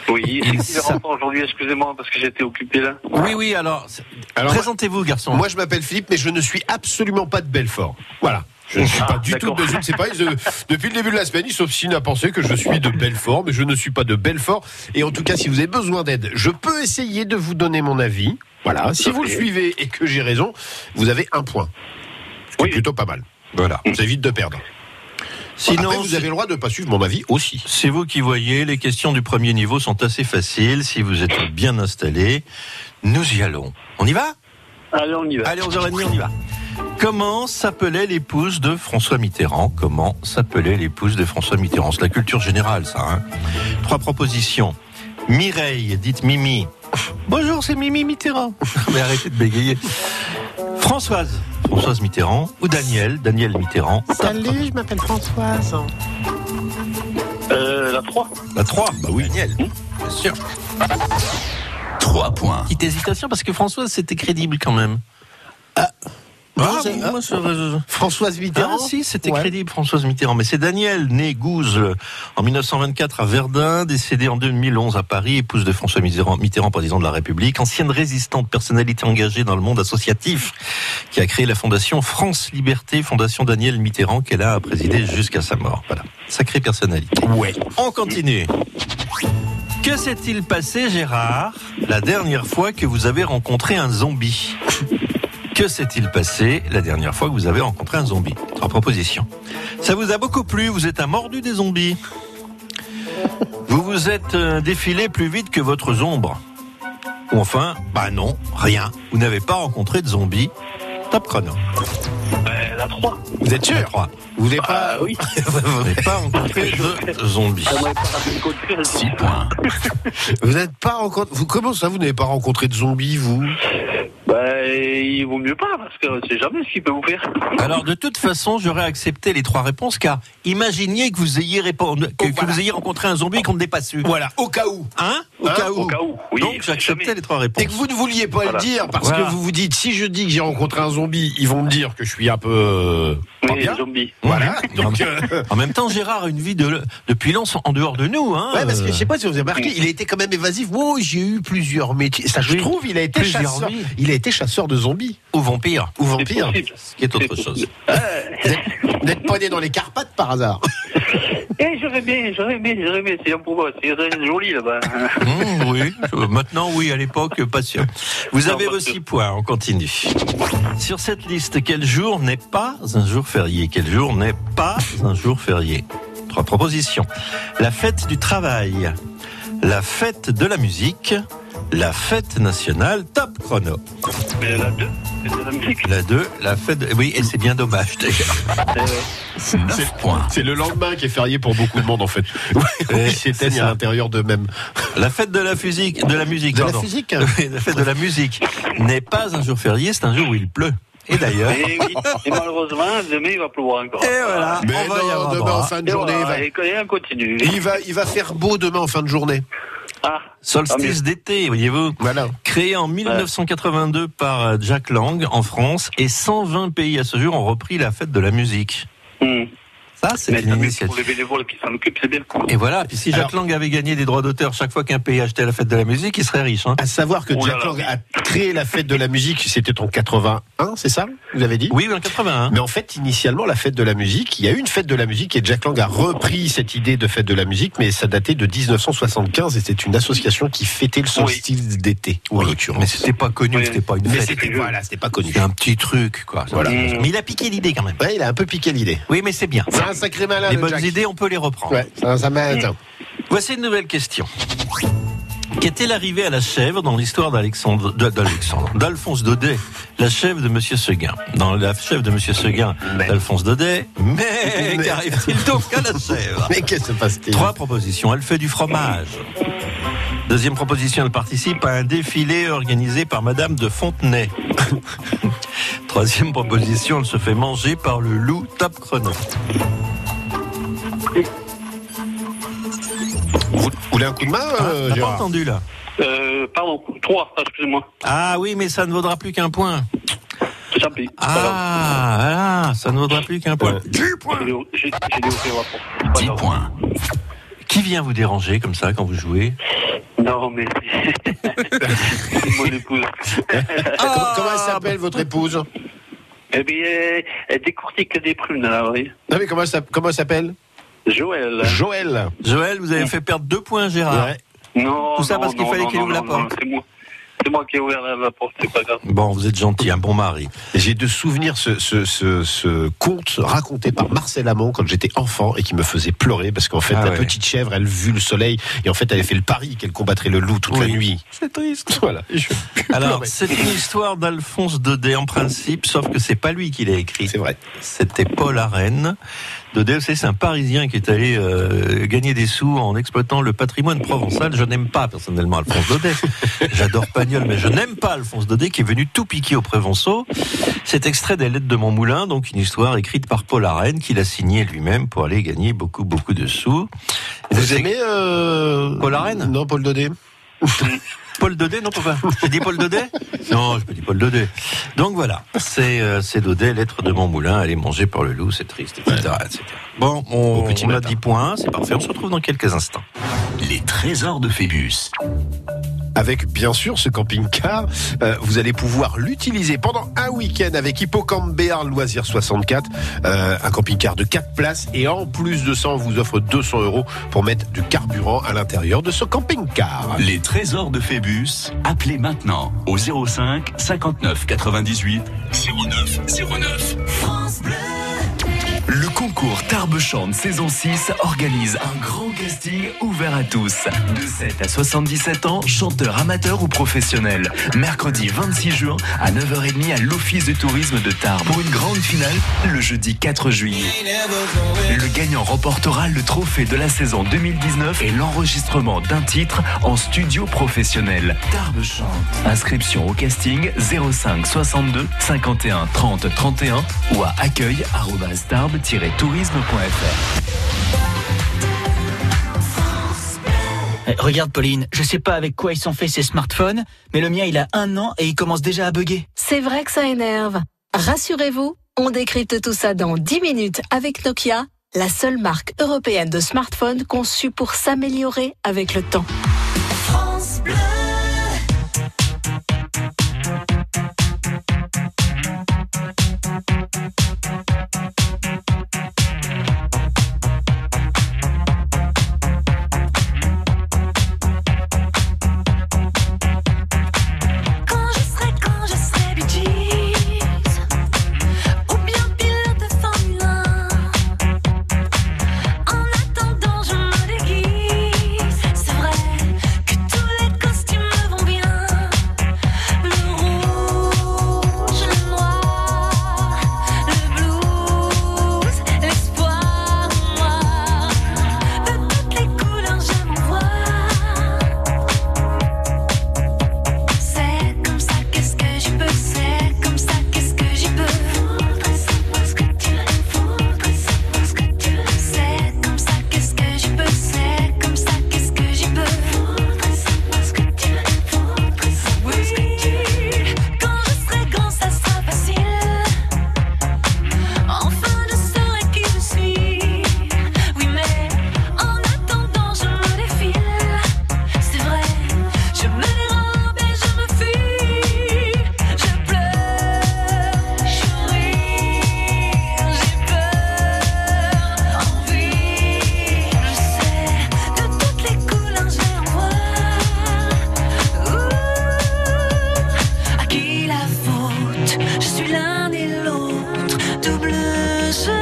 Speaker 11: Oui,
Speaker 3: Il
Speaker 11: c'est
Speaker 3: s'a-
Speaker 11: encore aujourd'hui, excusez-moi, parce que j'étais occupé là.
Speaker 3: Oui, oui, alors, c'est-
Speaker 2: Alors,
Speaker 3: présentez-vous garçon.
Speaker 2: Moi, je m'appelle Philippe, mais je ne suis absolument pas de Belfort. Voilà. Je ne suis
Speaker 11: Ah,
Speaker 2: pas du tout
Speaker 11: d'accord.
Speaker 2: de je ne sais pas. ils, euh, depuis le début de la semaine, il s'obstine à penser que je suis de Belfort, mais je ne suis pas de Belfort. Et en tout cas, si vous avez besoin d'aide, je peux essayer de vous donner mon avis. Voilà. Si vous le suivez et que j'ai raison, vous avez un point. C'est
Speaker 11: Oui.
Speaker 2: plutôt pas mal.
Speaker 3: voilà.
Speaker 2: Ça évite de perdre. Bah,
Speaker 3: Sinon,
Speaker 2: Après, vous
Speaker 3: c'est-
Speaker 2: avez le droit de ne pas suivre mon avis aussi.
Speaker 3: c'est vous qui voyez, les questions du premier niveau sont assez faciles, si vous êtes bien installé, nous y allons. On y va
Speaker 11: Allez, on y va.
Speaker 3: Allez, 11h30, on y va. Comment s'appelait l'épouse de François Mitterrand Comment s'appelait l'épouse de François Mitterrand C'est la culture générale, ça. hein. Trois propositions. Mireille, dites Mimi. Bonjour, c'est Mimi Mitterrand. Mais arrêtez de bégayer. Françoise, Françoise Mitterrand. Ou Daniel, Daniel Mitterrand.
Speaker 6: Salut, je m'appelle Françoise.
Speaker 11: Euh, la 3.
Speaker 3: La 3, bah oui. Daniel, bien sûr.
Speaker 1: 3 points.
Speaker 3: Petite hésitation parce que Françoise, c'était crédible quand même. Ah,
Speaker 2: c'est-
Speaker 3: moi, je-
Speaker 2: Françoise
Speaker 3: Ah
Speaker 2: Mitterrand
Speaker 3: si, c'était
Speaker 2: Ouais.
Speaker 3: crédible, Françoise Mitterrand. Mais c'est Daniel, né Gouze en 1924 à Verdun, décédé en 2011 à Paris, épouse de François Mitterrand, Mitterrand, président de la République, ancienne résistante, personnalité engagée dans le monde associatif, qui a créé la fondation France Liberté, fondation Daniel Mitterrand, qu'elle a présidé jusqu'à sa mort. Voilà, sacrée personnalité.
Speaker 2: Ouais.
Speaker 3: On continue. Que s'est-il passé, Gérard, la dernière fois que vous avez rencontré un zombie Que s'est-il passé la dernière fois que vous avez rencontré un zombie Trois propositions. Ça vous a beaucoup plu, vous êtes un mordu des zombies. Vous vous êtes euh, défilé plus vite que votre ombre. Ou enfin, bah non, rien. Vous n'avez pas rencontré de zombie. Top chrono.
Speaker 11: Euh, la à trois. Bah
Speaker 2: Vous êtes sûr Vous n'êtes pas.
Speaker 11: oui.
Speaker 2: Vous n'avez pas rencontré de zombies.
Speaker 11: Six
Speaker 2: points. vous n'êtes pas rencontré. Vous, comment ça, vous n'avez pas rencontré de zombies, vous
Speaker 11: Bah, il vaut mieux pas, parce que on sait jamais ce qu'il peut vous faire.
Speaker 3: Alors de toute façon, j'aurais accepté les trois réponses car imaginiez que vous ayez répondu, que, que vous ayez rencontré un zombie et qu'on ne l'ait pas su.
Speaker 2: Oh, Voilà, au cas où.
Speaker 3: Hein Au
Speaker 2: Hein
Speaker 3: cas où.
Speaker 2: Au cas où, oui,
Speaker 3: Donc j'acceptais les trois réponses.
Speaker 2: Et que vous ne vouliez pas
Speaker 3: Voilà.
Speaker 2: le dire parce
Speaker 3: Voilà.
Speaker 2: que vous vous dites si je dis que j'ai rencontré un zombie, ils vont me dire que je suis un peu euh, pas
Speaker 11: Oui,
Speaker 2: bien.
Speaker 11: zombie.
Speaker 2: Voilà. Donc, euh,
Speaker 3: Mmh. En même temps, Gérard a une vie de, depuis lance en dehors de nous. Hein,
Speaker 12: Ouais, parce que je sais
Speaker 3: euh,
Speaker 12: pas si vous avez remarqué, il a été quand même évasif.
Speaker 2: Oh,
Speaker 12: Wow, j'ai eu plusieurs métiers. Ça, je
Speaker 3: Oui.
Speaker 12: trouve, il a été
Speaker 3: Plusieurs
Speaker 12: chasseur.
Speaker 3: vies.
Speaker 12: Il a été chasseur de zombies.
Speaker 3: Ou vampire.
Speaker 12: Ou vampire.
Speaker 11: possible.
Speaker 12: Ce qui est autre chose. Vous êtes- vous n'êtes pas né dans les Carpates par hasard.
Speaker 11: Eh, j'aurais aimé, j'aurais aimé, j'aurais aimé, c'est un pour moi, c'est joli là-bas.
Speaker 3: Mmh, oui, Euh, maintenant oui, à l'époque, pas sûr. Vous avez vos six points, on continue. Sur cette liste, quel jour n'est pas un jour férié Quel jour n'est pas un jour férié Trois propositions. La fête du travail, la fête de la musique, la fête nationale, top chrono.
Speaker 11: Mais la deux, c'est de la musique.
Speaker 3: La 2, la fête... de- Oui, et c'est bien dommage d'ailleurs.
Speaker 2: c'est- C'est le lendemain qui est férié pour beaucoup de monde en fait.
Speaker 3: Ouais,
Speaker 2: Ils s'éteignent
Speaker 3: c'est
Speaker 2: à
Speaker 3: ça.
Speaker 2: l'intérieur d'eux-mêmes.
Speaker 3: La fête de la physique, de la musique,
Speaker 12: De la
Speaker 3: pardon.
Speaker 12: physique
Speaker 3: Oui, la fête de la musique n'est pas un jour férié, c'est un jour où il pleut. Et d'ailleurs,
Speaker 11: Et Eh oui, et malheureusement, demain il va pleuvoir encore.
Speaker 3: Et voilà,
Speaker 2: Mais
Speaker 3: on va
Speaker 2: non,
Speaker 3: y avoir
Speaker 2: demain
Speaker 3: droit.
Speaker 2: en fin de
Speaker 11: Et
Speaker 2: journée,
Speaker 11: voilà,
Speaker 2: il, va,
Speaker 11: et, et on continue.
Speaker 2: il, va, il va faire beau demain en fin de journée.
Speaker 11: Ah,
Speaker 3: Solstice d'été, voyez-vous.
Speaker 2: Voilà.
Speaker 3: Créé en 1982 par euh, Jack Lang en France, et 120 pays à ce jour ont repris la fête de la musique.
Speaker 11: hmm.
Speaker 3: Ça, c'est
Speaker 11: mais
Speaker 3: une
Speaker 11: tant mieux pour
Speaker 3: initiative.
Speaker 11: les bénévoles qui s'en occupent, c'est bien.
Speaker 3: Et voilà, puis si Jack
Speaker 2: Alors-
Speaker 3: Lang avait gagné des droits d'auteur chaque fois qu'un pays achetait la fête de la musique, il serait riche. hein.
Speaker 2: À savoir que
Speaker 11: Oh là
Speaker 2: Jack
Speaker 11: là,
Speaker 2: Lang
Speaker 11: oui.
Speaker 2: a créé la fête de la musique, c'était en 81, c'est ça Vous avez dit
Speaker 3: Oui, en 81.
Speaker 2: Mais en fait, initialement, la fête de la musique, il y a eu une fête de la musique et Jack Lang a repris cette idée de fête de la musique, mais ça datait de 1975 et c'était une association qui fêtait le solstice d'été, en l'occurrence.
Speaker 3: Mais c'était pas connu,
Speaker 11: Oui.
Speaker 3: c'était pas une
Speaker 2: Mais
Speaker 3: fête.
Speaker 2: c'était voilà, c'était pas connu.
Speaker 3: C'était un petit truc, quoi.
Speaker 2: Voilà.
Speaker 3: Mais il a piqué l'idée quand même.
Speaker 2: Ouais, il a un peu piqué l'idée.
Speaker 3: Oui, mais c'est bien.
Speaker 2: C'est un sacré malin.
Speaker 3: Les
Speaker 2: le
Speaker 3: bonnes
Speaker 2: Jack.
Speaker 3: idées, on peut les reprendre.
Speaker 2: Ouais, c'est un- ça m'aide.
Speaker 3: Voici une nouvelle question. Qu'est-elle arrivée à la chèvre dans l'histoire d'Alexandre, de- d'Alexandre, d'Alphonse Daudet, la chèvre de Monsieur Seguin Dans la chèvre de Monsieur Seguin, d'Alphonse Daudet, mais,
Speaker 2: Mais-
Speaker 3: qu'arrive-t-il donc à la chèvre
Speaker 2: Mais qu'est-ce qui se passe-t-il
Speaker 3: Trois propositions. Elle fait du fromage. Deuxième proposition, elle participe à un défilé organisé par Madame de Fontenay. Troisième proposition, elle se fait manger par le loup top chrono.
Speaker 2: Vous vous voulez un coup de main,
Speaker 3: Ah,
Speaker 2: euh,
Speaker 3: T'as pas
Speaker 2: Gérard
Speaker 3: entendu là
Speaker 11: Euh, pardon, trois, excusez-moi.
Speaker 3: Ah oui, mais ça ne vaudra plus qu'un point.
Speaker 11: Tant pis.
Speaker 3: Ah, voilà, ça ne vaudra plus qu'un point.
Speaker 11: Voilà. J'ai dû- J'ai j'ai dû offrir rapport. C'est pas grave.
Speaker 3: Qui vient vous déranger comme ça quand vous jouez
Speaker 11: Non, mais. c'est mon épouse.
Speaker 2: Comment- Euh, Comment elle s'appelle, votre épouse
Speaker 11: Ah. Eh bien, elle- elle décortique des prunes, là, oui.
Speaker 2: Non, mais comment elle s'app- comment elle s'appelle
Speaker 11: Joël.
Speaker 2: Joël.
Speaker 3: Joël, vous avez fait perdre deux points, Gérard.
Speaker 2: Ouais.
Speaker 11: Non,
Speaker 3: Tout ça
Speaker 11: non,
Speaker 3: parce qu'il
Speaker 11: non,
Speaker 3: fallait
Speaker 11: non,
Speaker 3: qu'il ouvre
Speaker 11: non,
Speaker 3: la
Speaker 11: non,
Speaker 3: porte.
Speaker 11: non, C'est moi. C'est moi qui ai ouvert la, la porte, c'est pas grave.
Speaker 3: Bon, vous êtes gentil, un bon mari.
Speaker 2: J'ai de souvenirs ce, ce, ce, ce conte raconté par Marcel Amont quand j'étais enfant et qui me faisait pleurer parce qu'en fait,
Speaker 3: Ah
Speaker 2: la
Speaker 3: ouais.
Speaker 2: petite chèvre, elle vit le soleil et en fait, elle avait fait le pari qu'elle combattrait le loup toute la
Speaker 3: Oui.
Speaker 2: nuit.
Speaker 3: C'est triste.
Speaker 2: Voilà. Je-
Speaker 3: Alors,
Speaker 2: pleurer.
Speaker 3: c'est une histoire d'Alphonse Daudet en principe, sauf que c'est pas lui qui l'a écrit.
Speaker 2: C'est vrai.
Speaker 3: C'était Paul Arène. Daudet, c'est un Parisien qui est allé euh, gagner des sous en exploitant le patrimoine provençal. Je n'aime pas personnellement Alphonse Daudet. J'adore Pagnol, mais je n'aime pas Alphonse Daudet qui est venu tout piquer au Prévençaux. C'est extrait des Lettres de mon moulin, donc une histoire écrite par Paul Arène qu'il a signée lui-même pour aller gagner beaucoup, beaucoup de sous.
Speaker 2: Vous
Speaker 3: C'est-
Speaker 2: aimez euh...
Speaker 3: Paul Arène
Speaker 2: Non, Paul Daudet.
Speaker 3: Paul Daudet, non, pas. J'ai dit Paul Daudet Non, je pas dit Paul Daudet. Donc voilà, c'est euh, c'est Daudet, lettre de mon moulin, elle est mangée par le loup, c'est triste, etc. etc. Bon, on,
Speaker 2: Au petit
Speaker 3: on a
Speaker 2: matin.
Speaker 3: 10 points, c'est parfait, on se retrouve dans quelques instants.
Speaker 1: Les trésors de Phébus.
Speaker 2: Avec bien sûr ce camping-car, euh, vous allez pouvoir l'utiliser pendant un week-end avec Hippocampe Béarn Loisirs 64, euh, un camping-car de 4 places et en plus de ça, on vous offre 200 euros pour mettre du carburant à l'intérieur de ce camping-car.
Speaker 1: Les trésors de Phébus. Appelez maintenant au 05 59 98 09 09. France Bleu. Le concours Tard Barbechante saison 6 organise un grand casting ouvert à tous. De 7 à 77 ans, chanteurs amateurs ou professionnels. Mercredi 26 juin à 9h30 à l'Office de tourisme de Tarbes pour une grande finale le jeudi 4 juillet. Le gagnant remportera le trophée de la saison 2019 et l'enregistrement d'un titre en studio professionnel. Tarbes chante. Inscription au casting 05 62 51 30 31 ou à accueil-tarbes-tourisme.fr.
Speaker 13: Eh, Regarde Pauline, je sais pas avec quoi ils sont faits ces smartphones, mais le mien il a un an et il commence déjà à bugger.
Speaker 14: C'est vrai que ça énerve. Rassurez-vous, on décrypte tout ça dans 10 minutes avec Nokia, la seule marque européenne de smartphone conçue pour s'améliorer avec le temps.
Speaker 15: Quand je serai, quand je serai bitchise Ou bien pilote de Formule 1 En attendant je me déguise C'est vrai que tous les costumes me vont bien Le rouge, le noir, le blues L'espoir en moi De toutes les couleurs je m'envoie C'est comme ça qu'est-ce que j'y peux C'est comme ça qu'est-ce que j'y peux Faudrait savoir ce que tu aimes Faudrait savoir ce que tu aimes C'est comme ça qu'est-ce que j'y peux C'est comme ça qu'est-ce que j'y peux Faudrait savoir ce que tu aimes Faudrait savoir ce que tu aimes Quand je serai grand ça sera facile Enfin je saurai qui je suis Oui mais en attendant je me défile C'est vrai je me dérobe et je me fuis Je pleure, je ris J'ai peur, envie Je sais, de toutes les couleurs j'ai en moi à qui la faute Je suis l'un et l'autre, double jeu.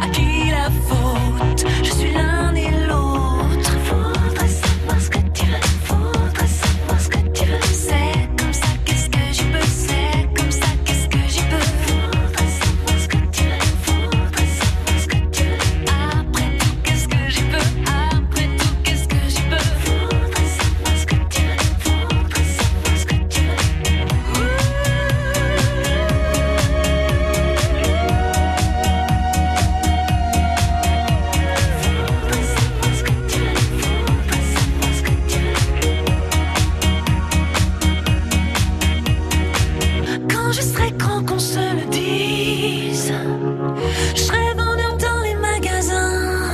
Speaker 15: À qui la faute Je suis l'un et l'autre. Faudrait savoir ce que tu veux. Faudrait savoir ce que tu veux. C'est comme ça qu'est-ce que j'y peux. C'est comme ça qu'est-ce que j'y peux. Faudrait savoir ce que tu veux. Faudrait savoir ce que tu veux. Après tout, qu'est-ce que j'y peux. Après tout, qu'est-ce que j'y peux. Faudrait savoir ce que tu veux. Quand je serai grand, qu'on se le dise. Je serai vendeur dans les magasins.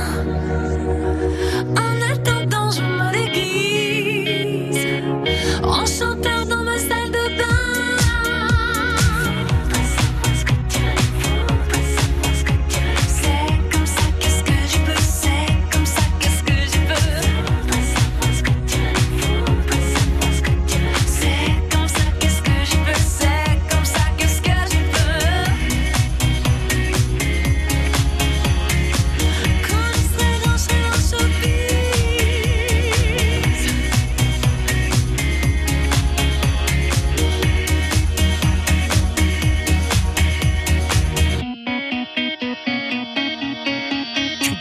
Speaker 15: En attendant, je me déguise. En chanteur dans ma salle de bain. C'est comme ça, qu'est-ce que je peux. C'est comme ça, qu'est-ce que je peux. C'est comme ça, qu'est-ce que je peux. C'est comme ça, qu'est-ce que je peux. Quand je serai dans ce showbiz.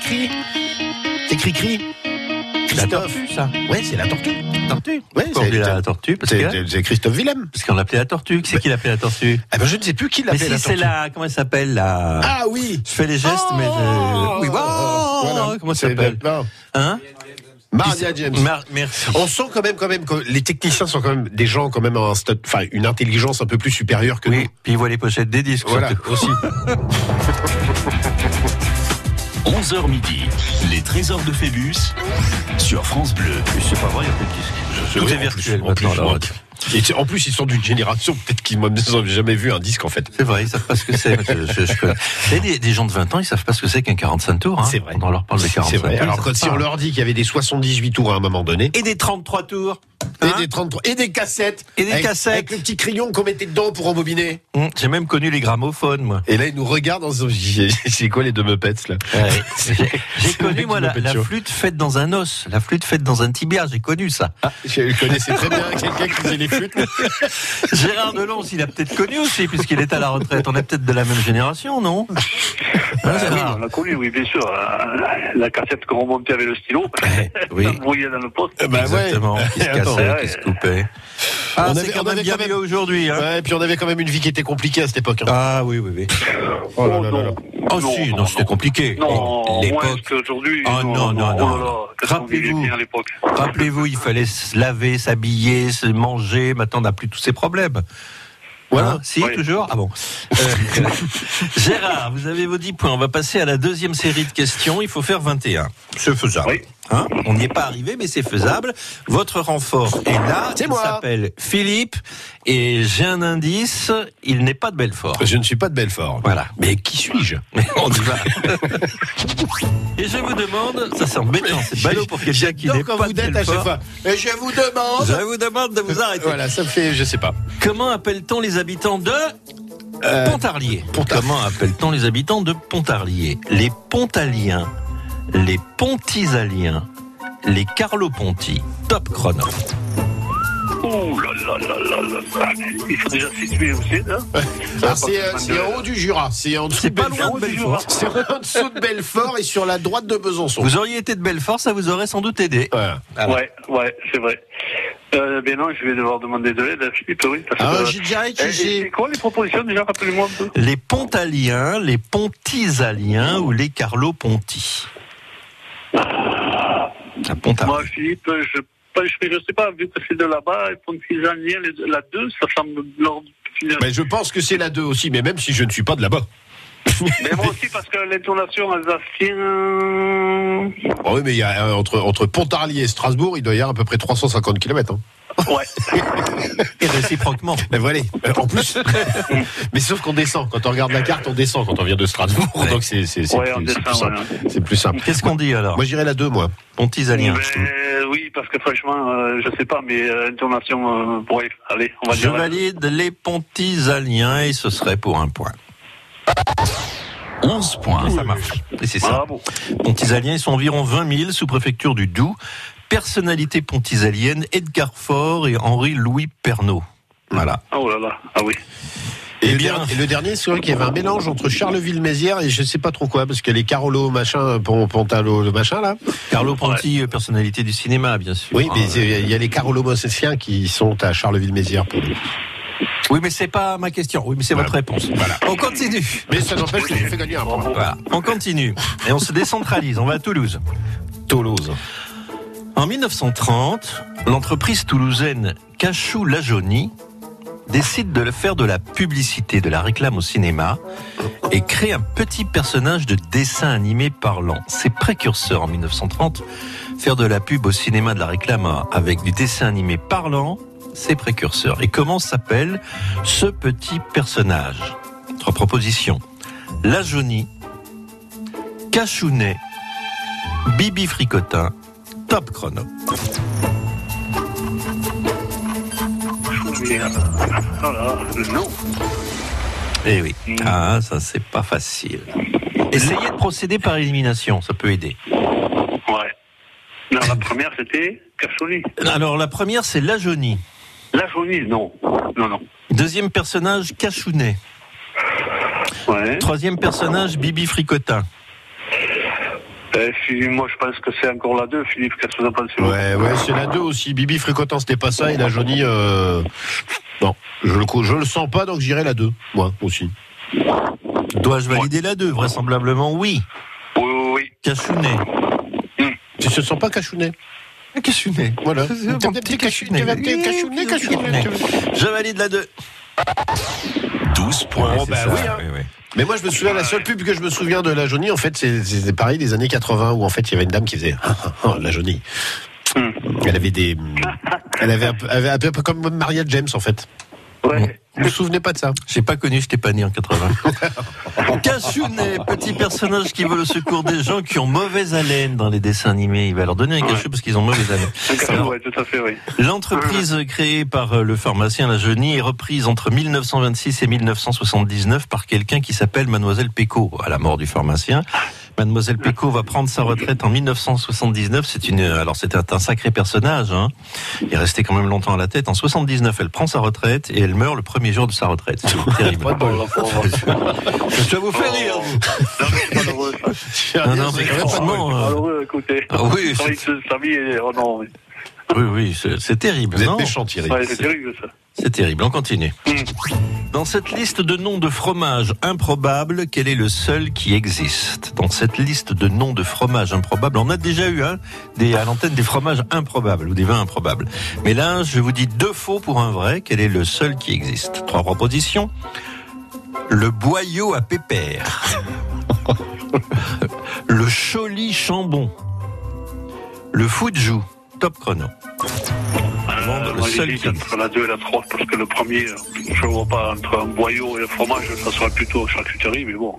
Speaker 2: Cri-cri. C'est cri-cri. Christophe. ça. Ouais, c'est la tortue. Tortue. Ouais,
Speaker 3: Pourquoi on appelait la tortue Parce
Speaker 2: c'est-
Speaker 3: que-
Speaker 2: c'est Christophe Willem.
Speaker 3: Parce qu'on l'appelait la tortue. Qui c'est qui l'appelait la tortue
Speaker 2: Ah ben, je ne sais plus qui
Speaker 3: Mais
Speaker 2: l'appelait
Speaker 3: si
Speaker 2: la
Speaker 3: c'est
Speaker 2: tortue.
Speaker 3: la. Comment elle s'appelle la.
Speaker 2: Ah oui.
Speaker 3: Je fais les gestes, mais. je- Oui, oh, Comment ça s'appelle Hein
Speaker 2: Maria James.
Speaker 3: Mar- merci.
Speaker 2: On sent quand même, quand même, que les techniciens sont quand même des gens, quand même, à un stade, enfin, une intelligence un peu plus supérieure que nous.
Speaker 3: Puis ils voient les pochettes des disques.
Speaker 2: Voilà, aussi.
Speaker 1: 11h midi, les trésors de Phébus sur France Bleu. C'est pas vrai, il y a plus de disques.
Speaker 3: Tout
Speaker 2: oui,
Speaker 3: est
Speaker 2: en
Speaker 3: virtuel
Speaker 2: plus, en plus,
Speaker 3: maintenant, à la
Speaker 2: moi.
Speaker 3: radio.
Speaker 2: Et tu- en plus, ils sont d'une génération, peut-être qu'ils n'ont jamais vu un disque en fait.
Speaker 3: C'est vrai, ils savent pas ce que c'est. je- je- je connais. Vous savez, des, des gens de 20 ans, ils savent pas ce que c'est qu'un 45 tours. C'est vrai. On leur parle de 45
Speaker 2: C'est vrai.
Speaker 3: tours.
Speaker 2: Alors,
Speaker 3: ils savent
Speaker 2: quand si on
Speaker 3: pas.
Speaker 2: leur dit qu'il y avait des 78 tours à un moment donné.
Speaker 3: Et des 33 tours. hein
Speaker 2: et des 33. Et des cassettes.
Speaker 3: Et des
Speaker 2: avec-
Speaker 3: cassettes.
Speaker 2: Avec le petit crayon qu'on mettait dedans pour embobiner.
Speaker 3: Hum, J'ai même connu les gramophones, moi.
Speaker 2: Et là, ils nous regardent en se disant, c'est quoi les deux Muppets, là?
Speaker 3: J'ai j'ai
Speaker 2: le mec
Speaker 3: connu,
Speaker 2: du
Speaker 3: moi, la,
Speaker 2: Muppet
Speaker 3: la
Speaker 2: Show.
Speaker 3: flûte faite dans un os, la flûte faite dans un tibia, j'ai connu ça.
Speaker 2: Ah, Je connaissais très bien quelqu'un qui faisait les flûtes.
Speaker 3: Gérard Delons, il a peut-être connu aussi, puisqu'il est à la retraite. On est peut-être de la même génération, non Hein,
Speaker 11: Ah, oui,
Speaker 3: Gérard
Speaker 11: on l'a connu, oui, bien sûr. Euh, La cassette qu'on remontait avec le stylo,
Speaker 3: Eh, oui. Eh ben,
Speaker 11: ça brouillait dans le poste.
Speaker 3: Exactement, qui se
Speaker 2: Attends.
Speaker 3: cassait, qui se coupait. Ah,
Speaker 2: on
Speaker 3: c'est
Speaker 2: avait,
Speaker 3: quand
Speaker 2: on
Speaker 3: même
Speaker 2: avait
Speaker 3: bien
Speaker 2: quand même-
Speaker 3: mieux aujourd'hui. hein.
Speaker 2: Ouais, et puis on avait quand même une vie qui était compliquée à cette époque. hein.
Speaker 3: Ah oui, oui, oui.
Speaker 2: Oh là là là là.
Speaker 3: Oh si, non, c'était compliqué.
Speaker 11: Non, moins
Speaker 3: L'époque.
Speaker 11: qu'aujourd'hui.
Speaker 3: Oh non, non,
Speaker 11: Oh là
Speaker 3: non.
Speaker 11: là, qu'est-ce qu'on vivait
Speaker 3: Rappelez-vous.
Speaker 11: bien à l'époque.
Speaker 3: Rappelez-vous, il fallait se laver, s'habiller, se manger. Maintenant, on n'a plus tous ces problèmes. Voilà, si,
Speaker 11: Oui.
Speaker 3: toujours Ah bon. Euh, Gérard, vous avez vos 10 points. On va passer à la deuxième série de questions. Il faut faire 21. C'est faisable. Hein on n'y est pas arrivé, mais c'est faisable. Votre renfort est là.
Speaker 2: C'est
Speaker 3: il
Speaker 2: moi.
Speaker 3: s'appelle Philippe. Et j'ai un indice. Il n'est pas de Belfort.
Speaker 2: Je ne suis pas de Belfort.
Speaker 3: Voilà.
Speaker 2: Mais qui suis-je
Speaker 3: On y va. Et je vous demande, ça c'est embêtant, c'est ballot pour quelqu'un qui n'est
Speaker 2: Donc, quand
Speaker 3: pas
Speaker 2: vous
Speaker 3: de
Speaker 2: dites à chaque
Speaker 3: Belfort.
Speaker 2: fois, et je vous demande.
Speaker 3: Je vous demande de vous arrêter.
Speaker 2: Voilà, ça me fait, je sais pas.
Speaker 3: Comment appelle-t-on les habitants de
Speaker 2: Euh,
Speaker 3: Pontarlier
Speaker 2: Pontar-
Speaker 3: Comment appelle-t-on les habitants de Pontarlier Les Pontaliens, les Pontisaliens, les Carlo-Ponti. Top chrono.
Speaker 11: Ouh là là là là là. Il faut déjà situer où c'est, là.
Speaker 2: Ah, c'est euh, c'est en haut du Jura, c'est en dessous
Speaker 3: C'est
Speaker 2: de
Speaker 3: pas loin de
Speaker 2: Belfort.
Speaker 3: Belfort.
Speaker 2: C'est en dessous de Belfort et sur la droite de Besançon.
Speaker 3: Vous auriez été de Belfort, ça vous aurait sans doute aidé.
Speaker 2: Voilà.
Speaker 3: Alors,
Speaker 11: Ouais, ouais, c'est vrai. Euh, ben non, je vais devoir demander de l'aide à Philippe, oui. parce
Speaker 2: Ah,
Speaker 11: que-
Speaker 2: j'ai déjà
Speaker 11: Eh, et C'est
Speaker 2: j'ai.
Speaker 11: quoi les propositions déjà Rappelez-moi un peu.
Speaker 3: Les Pontaliens, les Pontisaliens ou les Carlo-Ponti La
Speaker 11: Moi,
Speaker 3: Pontarlier.
Speaker 11: Philippe, je ne je sais pas, vu que c'est de là-bas, et Pontisanien, les deux- la 2, ça semble l'ordre final.
Speaker 2: Mais je pense que c'est la 2 aussi, mais même si je ne suis pas de là-bas.
Speaker 11: Mais moi aussi, parce que l'intonation alsacienne.
Speaker 2: Ah oui, mais il y a, euh, entre, entre Pontarlier et Strasbourg, il doit y avoir à peu près 350 km.
Speaker 11: Ouais.
Speaker 3: Et réciproquement.
Speaker 2: Ben voilà, Euh, en plus. mais sauf qu'on descend. Quand on regarde la carte, on descend quand on vient de Strasbourg.
Speaker 3: Ouais.
Speaker 2: Donc c'est c'est- c'est
Speaker 11: Ouais, on
Speaker 2: plus, c'est plus
Speaker 11: descend,
Speaker 2: simple. C'est plus simple.
Speaker 3: Qu'est-ce qu'on dit alors
Speaker 2: Moi, j'irai la 2, moi.
Speaker 3: Pontisalien.
Speaker 11: ben, Mais oui, parce que franchement, euh, je sais pas, mais euh, intonation, euh, ouais, allez, on va
Speaker 3: Je
Speaker 11: dire.
Speaker 3: valide les Pontisaliens et ce serait pour un point. 11 points, ça marche. Et c'est ça.
Speaker 11: Bravo.
Speaker 3: Pontisaliens, ils sont environ 20 000 sous préfecture du Doubs. Personnalité pontisalienne, Edgar Faure et Henri-Louis Pernaud. Voilà.
Speaker 11: Oh là là, ah oui.
Speaker 2: Et,
Speaker 3: Eh
Speaker 2: le,
Speaker 3: bien.
Speaker 2: dernier- et le dernier, c'est vrai qu'il y avait un mélange entre Charleville-Mézières et je sais pas trop quoi, parce que les Carolo, machin, Pon- Pantalo, le machin, là.
Speaker 3: Carlo Ponti, euh, personnalité du cinéma, bien sûr.
Speaker 2: Oui, mais
Speaker 3: Hein,
Speaker 2: c'est- il y a les Carolo-Mossessiens qui sont à Charleville-Mézières pour nous.
Speaker 3: Oui, mais c'est pas ma question. Oui, mais c'est votre réponse. Voilà. On continue.
Speaker 2: Mais ça n'empêche que je fais gagner un point.
Speaker 3: Voilà. On continue. Et on se décentralise. On va à Toulouse.
Speaker 2: Toulouse.
Speaker 3: En 1930, l'entreprise toulousaine Cachou Lajoni décide de faire de la publicité, de la réclame au cinéma et crée un petit personnage de dessin animé parlant. Ses précurseurs en 1930, faire de la pub au cinéma, de la réclame avec du dessin animé parlant, ses précurseurs. Et comment s'appelle ce petit personnage Trois propositions. Lajoni, Cachounet, Bibi Fricotin, Top chrono.
Speaker 11: Mais, euh, oh là, non.
Speaker 3: Eh oui. Ah, ça, c'est pas facile. Essayez de procéder par élimination, ça peut aider.
Speaker 11: Ouais. Non, la première, c'était Cassoni.
Speaker 3: Alors, la première, c'est Lajoni.
Speaker 11: La Jolie, non. Non, non.
Speaker 3: Deuxième personnage, Cachounet.
Speaker 11: Ouais.
Speaker 3: Troisième personnage, Bibi Fricotin.
Speaker 11: Euh, Philippe, moi, je pense que c'est encore la 2, Philippe. Qu'est-ce que vous en pensez vous
Speaker 2: Eh Ouais, ouais, c'est la 2 aussi. Bibi Fricotin, c'était pas ça, et la Johnny, euh... non, je le, cou- je le sens pas, donc j'irai la 2, moi aussi.
Speaker 3: Dois-je valider la 2 Vraisemblablement, oui.
Speaker 11: Oui, oui, oui.
Speaker 3: Cachounet.
Speaker 2: Tu te sens pas cachounet
Speaker 3: Cachounet.
Speaker 2: Voilà.
Speaker 3: Mon petit Cachounet.
Speaker 2: Cachounet, cachounet.
Speaker 3: Je valide la 2.
Speaker 1: 12 points.
Speaker 2: Oh, bah oui, hein. Mais moi, je me souviens, la seule pub que je me souviens de Oh, la Johnny, en fait, c'est- c'est c'est pareil des années 80 où en fait, il y avait une dame qui faisait la Johnny. Elle avait des. Elle avait un peu, avait un peu comme Maria James, en fait.
Speaker 11: Ouais.
Speaker 2: Vous vous souvenez pas de ça
Speaker 3: J'ai pas connu, j'étais pas né en 80. Cachounet, petit personnage qui veut le secours des gens qui ont mauvaise haleine dans les dessins animés. Il va leur donner un cachou parce qu'ils ont mauvaise haleine. Alors,
Speaker 11: ouais, tout à fait, oui.
Speaker 3: L'entreprise créée par euh, le pharmacien Lajeunie est reprise entre 1926 et 1979 par quelqu'un qui s'appelle Mademoiselle Péco, à la mort du pharmacien. Mademoiselle Péco va prendre sa retraite en 1979. C'est une, euh, alors c'était un sacré personnage. Hein. Il est resté quand même longtemps à la tête. En 79, elle prend sa retraite et elle meurt le premier jour de sa retraite. C'est terrible. Ça vous fait rire. vous
Speaker 11: Oh,
Speaker 3: Non, non, mais franchement, euh,
Speaker 11: malheureux, écoutez. Euh,
Speaker 3: Ah oui,
Speaker 11: Travailler toute sa vie et- oh non, oui.
Speaker 3: oui, oui, c'est- c'est terrible.
Speaker 2: Vous êtes
Speaker 3: non
Speaker 2: méchant, Thierry.
Speaker 11: Ouais, c'est terrible ça. Mm.
Speaker 3: C'est terrible, on continue. Dans cette liste de noms de fromages improbables, quel est le seul qui existe Dans cette liste de noms de fromages improbables, on a déjà eu hein, des, à l'antenne des fromages improbables ou des vins improbables. Mais là, je vous dis deux faux pour un vrai. Quel est le seul qui existe Trois propositions. Le boyau à pépère. le choli chambon. Le footjou. Top chrono.
Speaker 11: Euh,
Speaker 3: le
Speaker 11: moi,
Speaker 3: seul
Speaker 11: j'hésite
Speaker 3: qui
Speaker 11: entre la 2 et la 3 parce que le premier, euh, je vois pas entre un boyau et un fromage, ça sera plutôt charcuterie, mais bon.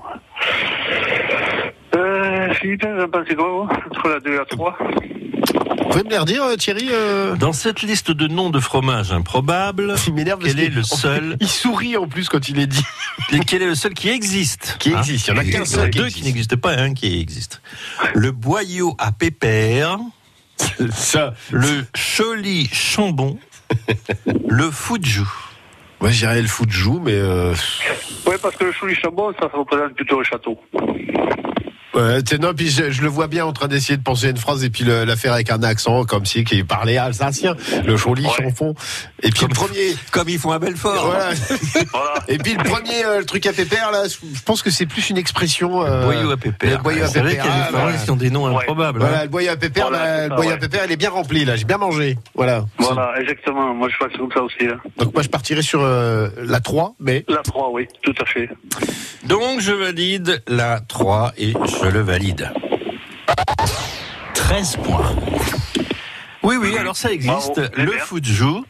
Speaker 11: Euh, Philippe, vous en pensez quoi, vous Entre la 2 et la 3
Speaker 2: Vous pouvez me le redire, euh, Thierry euh,
Speaker 3: Dans cette liste de noms de fromages improbables,
Speaker 2: Il m'énerve parce
Speaker 3: Quel est
Speaker 2: que-
Speaker 3: le seul
Speaker 2: Il sourit en plus quand il est dit.
Speaker 3: Et quel est le seul qui existe hein
Speaker 2: Qui existe, il y en a qu'un
Speaker 3: Il y en
Speaker 2: seul qui
Speaker 3: deux qui
Speaker 2: existe.
Speaker 3: n'existent pas, et un qui existe. Le boyau à pépère,
Speaker 2: ça.
Speaker 3: le choli chambon, le footjou.
Speaker 2: Moi, j'irais le foot joue, mais. euh,
Speaker 11: Oui, parce que le chou du chambon, ça représente plutôt le château.
Speaker 2: Ouais, t'es- non, puis je, je le vois bien en train d'essayer de penser à une phrase et puis le- la faire avec un accent, comme si qui parlait alsacien, le joli
Speaker 11: Ouais.
Speaker 2: chanfon. Et puis le premier.
Speaker 3: Comme ils font à Belfort.
Speaker 2: Voilà.
Speaker 11: Voilà.
Speaker 2: Et puis le premier, euh, le truc à pépère, là, je pense que c'est plus une expression. euh,
Speaker 3: boyau à pépère.
Speaker 2: le boyau à
Speaker 3: Vous savez
Speaker 2: pépère,
Speaker 3: qu'il y a
Speaker 2: ah,
Speaker 3: des paroles
Speaker 2: voilà.
Speaker 3: qui ont des noms
Speaker 11: Ouais.
Speaker 3: improbables.
Speaker 2: Voilà,
Speaker 3: hein.
Speaker 2: le boyau à pépère,
Speaker 11: Voilà,
Speaker 2: là,
Speaker 11: c'est
Speaker 2: le
Speaker 11: ça,
Speaker 2: boyau à
Speaker 11: ouais.
Speaker 2: Euh, pépère, il est bien rempli, là, j'ai bien mangé. Voilà.
Speaker 11: Voilà, exactement. Moi, je pense comme ça aussi. hein.
Speaker 2: Donc moi, je partirais sur euh, la 3, mais.
Speaker 11: La 3, oui, tout à fait.
Speaker 3: Donc je valide la 3 et je le valide. 13 points. Oui, oui, alors ça existe.
Speaker 11: Bravo,
Speaker 3: le
Speaker 11: Hébert.
Speaker 3: footjou,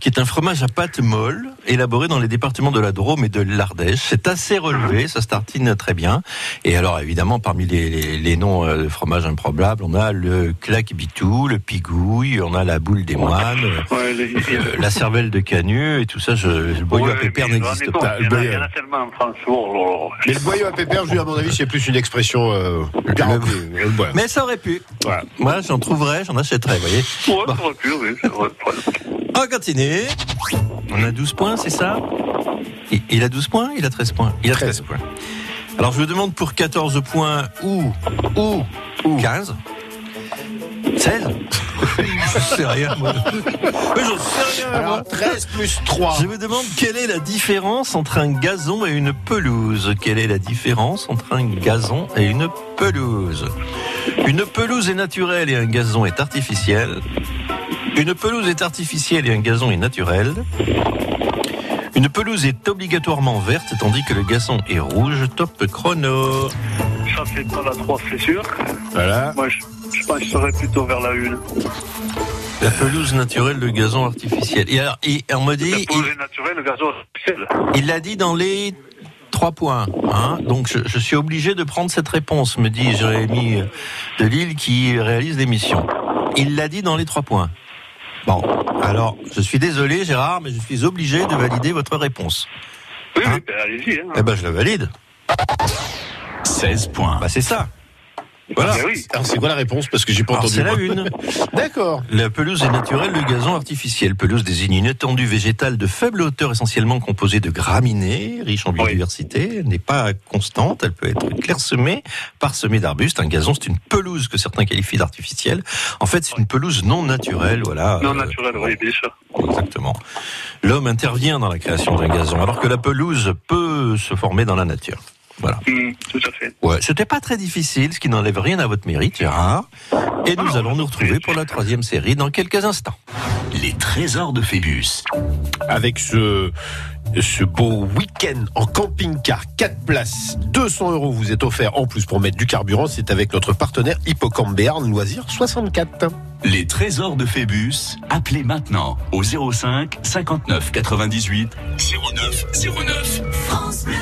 Speaker 3: qui est un fromage à pâte molle, élaboré dans les départements de la Drôme et de l'Ardèche. C'est assez relevé, ça se tartine très bien. Et alors, évidemment, parmi les, les- les noms euh, de fromages improbables, on a le claque-bitou, le pigouille, on a la boule des moines, euh,
Speaker 11: Ouais, les-
Speaker 3: euh, la cervelle de canut, et tout ça, je, le boyau
Speaker 11: Ouais,
Speaker 3: à pépère
Speaker 11: mais
Speaker 3: n'existe
Speaker 11: rendez-vous,
Speaker 3: pas.
Speaker 11: Il y, en a-
Speaker 2: Bah, Le-
Speaker 11: il y en a tellement en France. Oh, là, là.
Speaker 2: Mais le boyau à pépère, je dis, à mon avis, c'est plus une expression. Euh, bien
Speaker 3: Le-
Speaker 2: remplie. Euh, voilà.
Speaker 3: Mais ça aurait pu.
Speaker 2: Voilà.
Speaker 3: Moi, j'en trouverais, j'en achèterais, vous voyez.
Speaker 11: Ouais, ça aurait pu, oui, c'est vrai.
Speaker 3: On continue. On a 12 points, c'est ça Il- Il a 12 points Il a 13 points Il a 13 points. Alors je vous demande pour 14 points ou, ou, 15 16 Je sais rien, moi. Mais j'en sais rien, moi.
Speaker 2: Alors, 13 plus 3.
Speaker 3: Je me demande quelle est la différence entre un gazon et une pelouse. Quelle est la différence entre un gazon et une pelouse Une pelouse est naturelle et un gazon est artificiel. Une pelouse est artificielle et un gazon est naturel. Une pelouse est obligatoirement verte tandis que le gazon est rouge. Top chrono.
Speaker 11: Ça, c'est pas la 3, c'est sûr.
Speaker 2: Voilà.
Speaker 11: Moi, je, je pense que je serais plutôt vers la 1.
Speaker 3: La pelouse naturelle, le gazon artificiel. Et alors, et on me
Speaker 11: La
Speaker 3: dit, il-
Speaker 11: pelouse est naturelle, le gazon artificiel.
Speaker 3: Il l'a dit dans les trois points. hein. Donc je, je suis obligé de prendre cette réponse, me dit Jérémy euh, de Lille qui réalise l'émission. Il l'a dit dans les trois points. Bon, alors je suis désolé Gérard, mais je suis obligé de valider votre réponse.
Speaker 11: Oui,
Speaker 3: Hein
Speaker 11: oui, ben, allez-y. Hein.
Speaker 3: Eh ben je la valide.
Speaker 5: 16 points.
Speaker 3: Bah c'est ça. Voilà.
Speaker 11: Ben oui.
Speaker 2: Alors, c'est quoi la réponse Parce que j'ai pas
Speaker 3: Alors,
Speaker 2: entendu.
Speaker 3: c'est la
Speaker 2: moi.
Speaker 3: une.
Speaker 2: D'accord.
Speaker 3: La pelouse est naturelle, le gazon artificiel. Pelouse désigne une étendue végétale de faible hauteur essentiellement composée de graminées, riche en biodiversité. Elle n'est pas constante, elle peut être clairsemée, parsemée d'arbustes. Un gazon, c'est une pelouse que certains qualifient d'artificielle. En fait, c'est une pelouse non naturelle, voilà.
Speaker 11: Non
Speaker 3: Euh,
Speaker 11: naturelle, oui, bien sûr.
Speaker 3: Exactement. L'homme intervient dans la création d'un gazon, alors que la pelouse peut se former dans la nature. Voilà.
Speaker 11: Hum, tout à fait.
Speaker 3: Ouais, c'était pas très difficile, ce qui n'enlève rien à votre mérite, Gérard. Et nous allons nous retrouver pour la troisième série dans quelques instants.
Speaker 1: Les trésors de Phébus.
Speaker 2: Avec ce, ce beau week-end en camping-car, 4 places, 200 euros vous est offert en plus pour mettre du carburant. C'est avec notre partenaire Hippocampe Béarn Loisirs 64.
Speaker 16: Les trésors de Phébus, appelez maintenant au 05 59 98 09 09.
Speaker 15: France Bleu.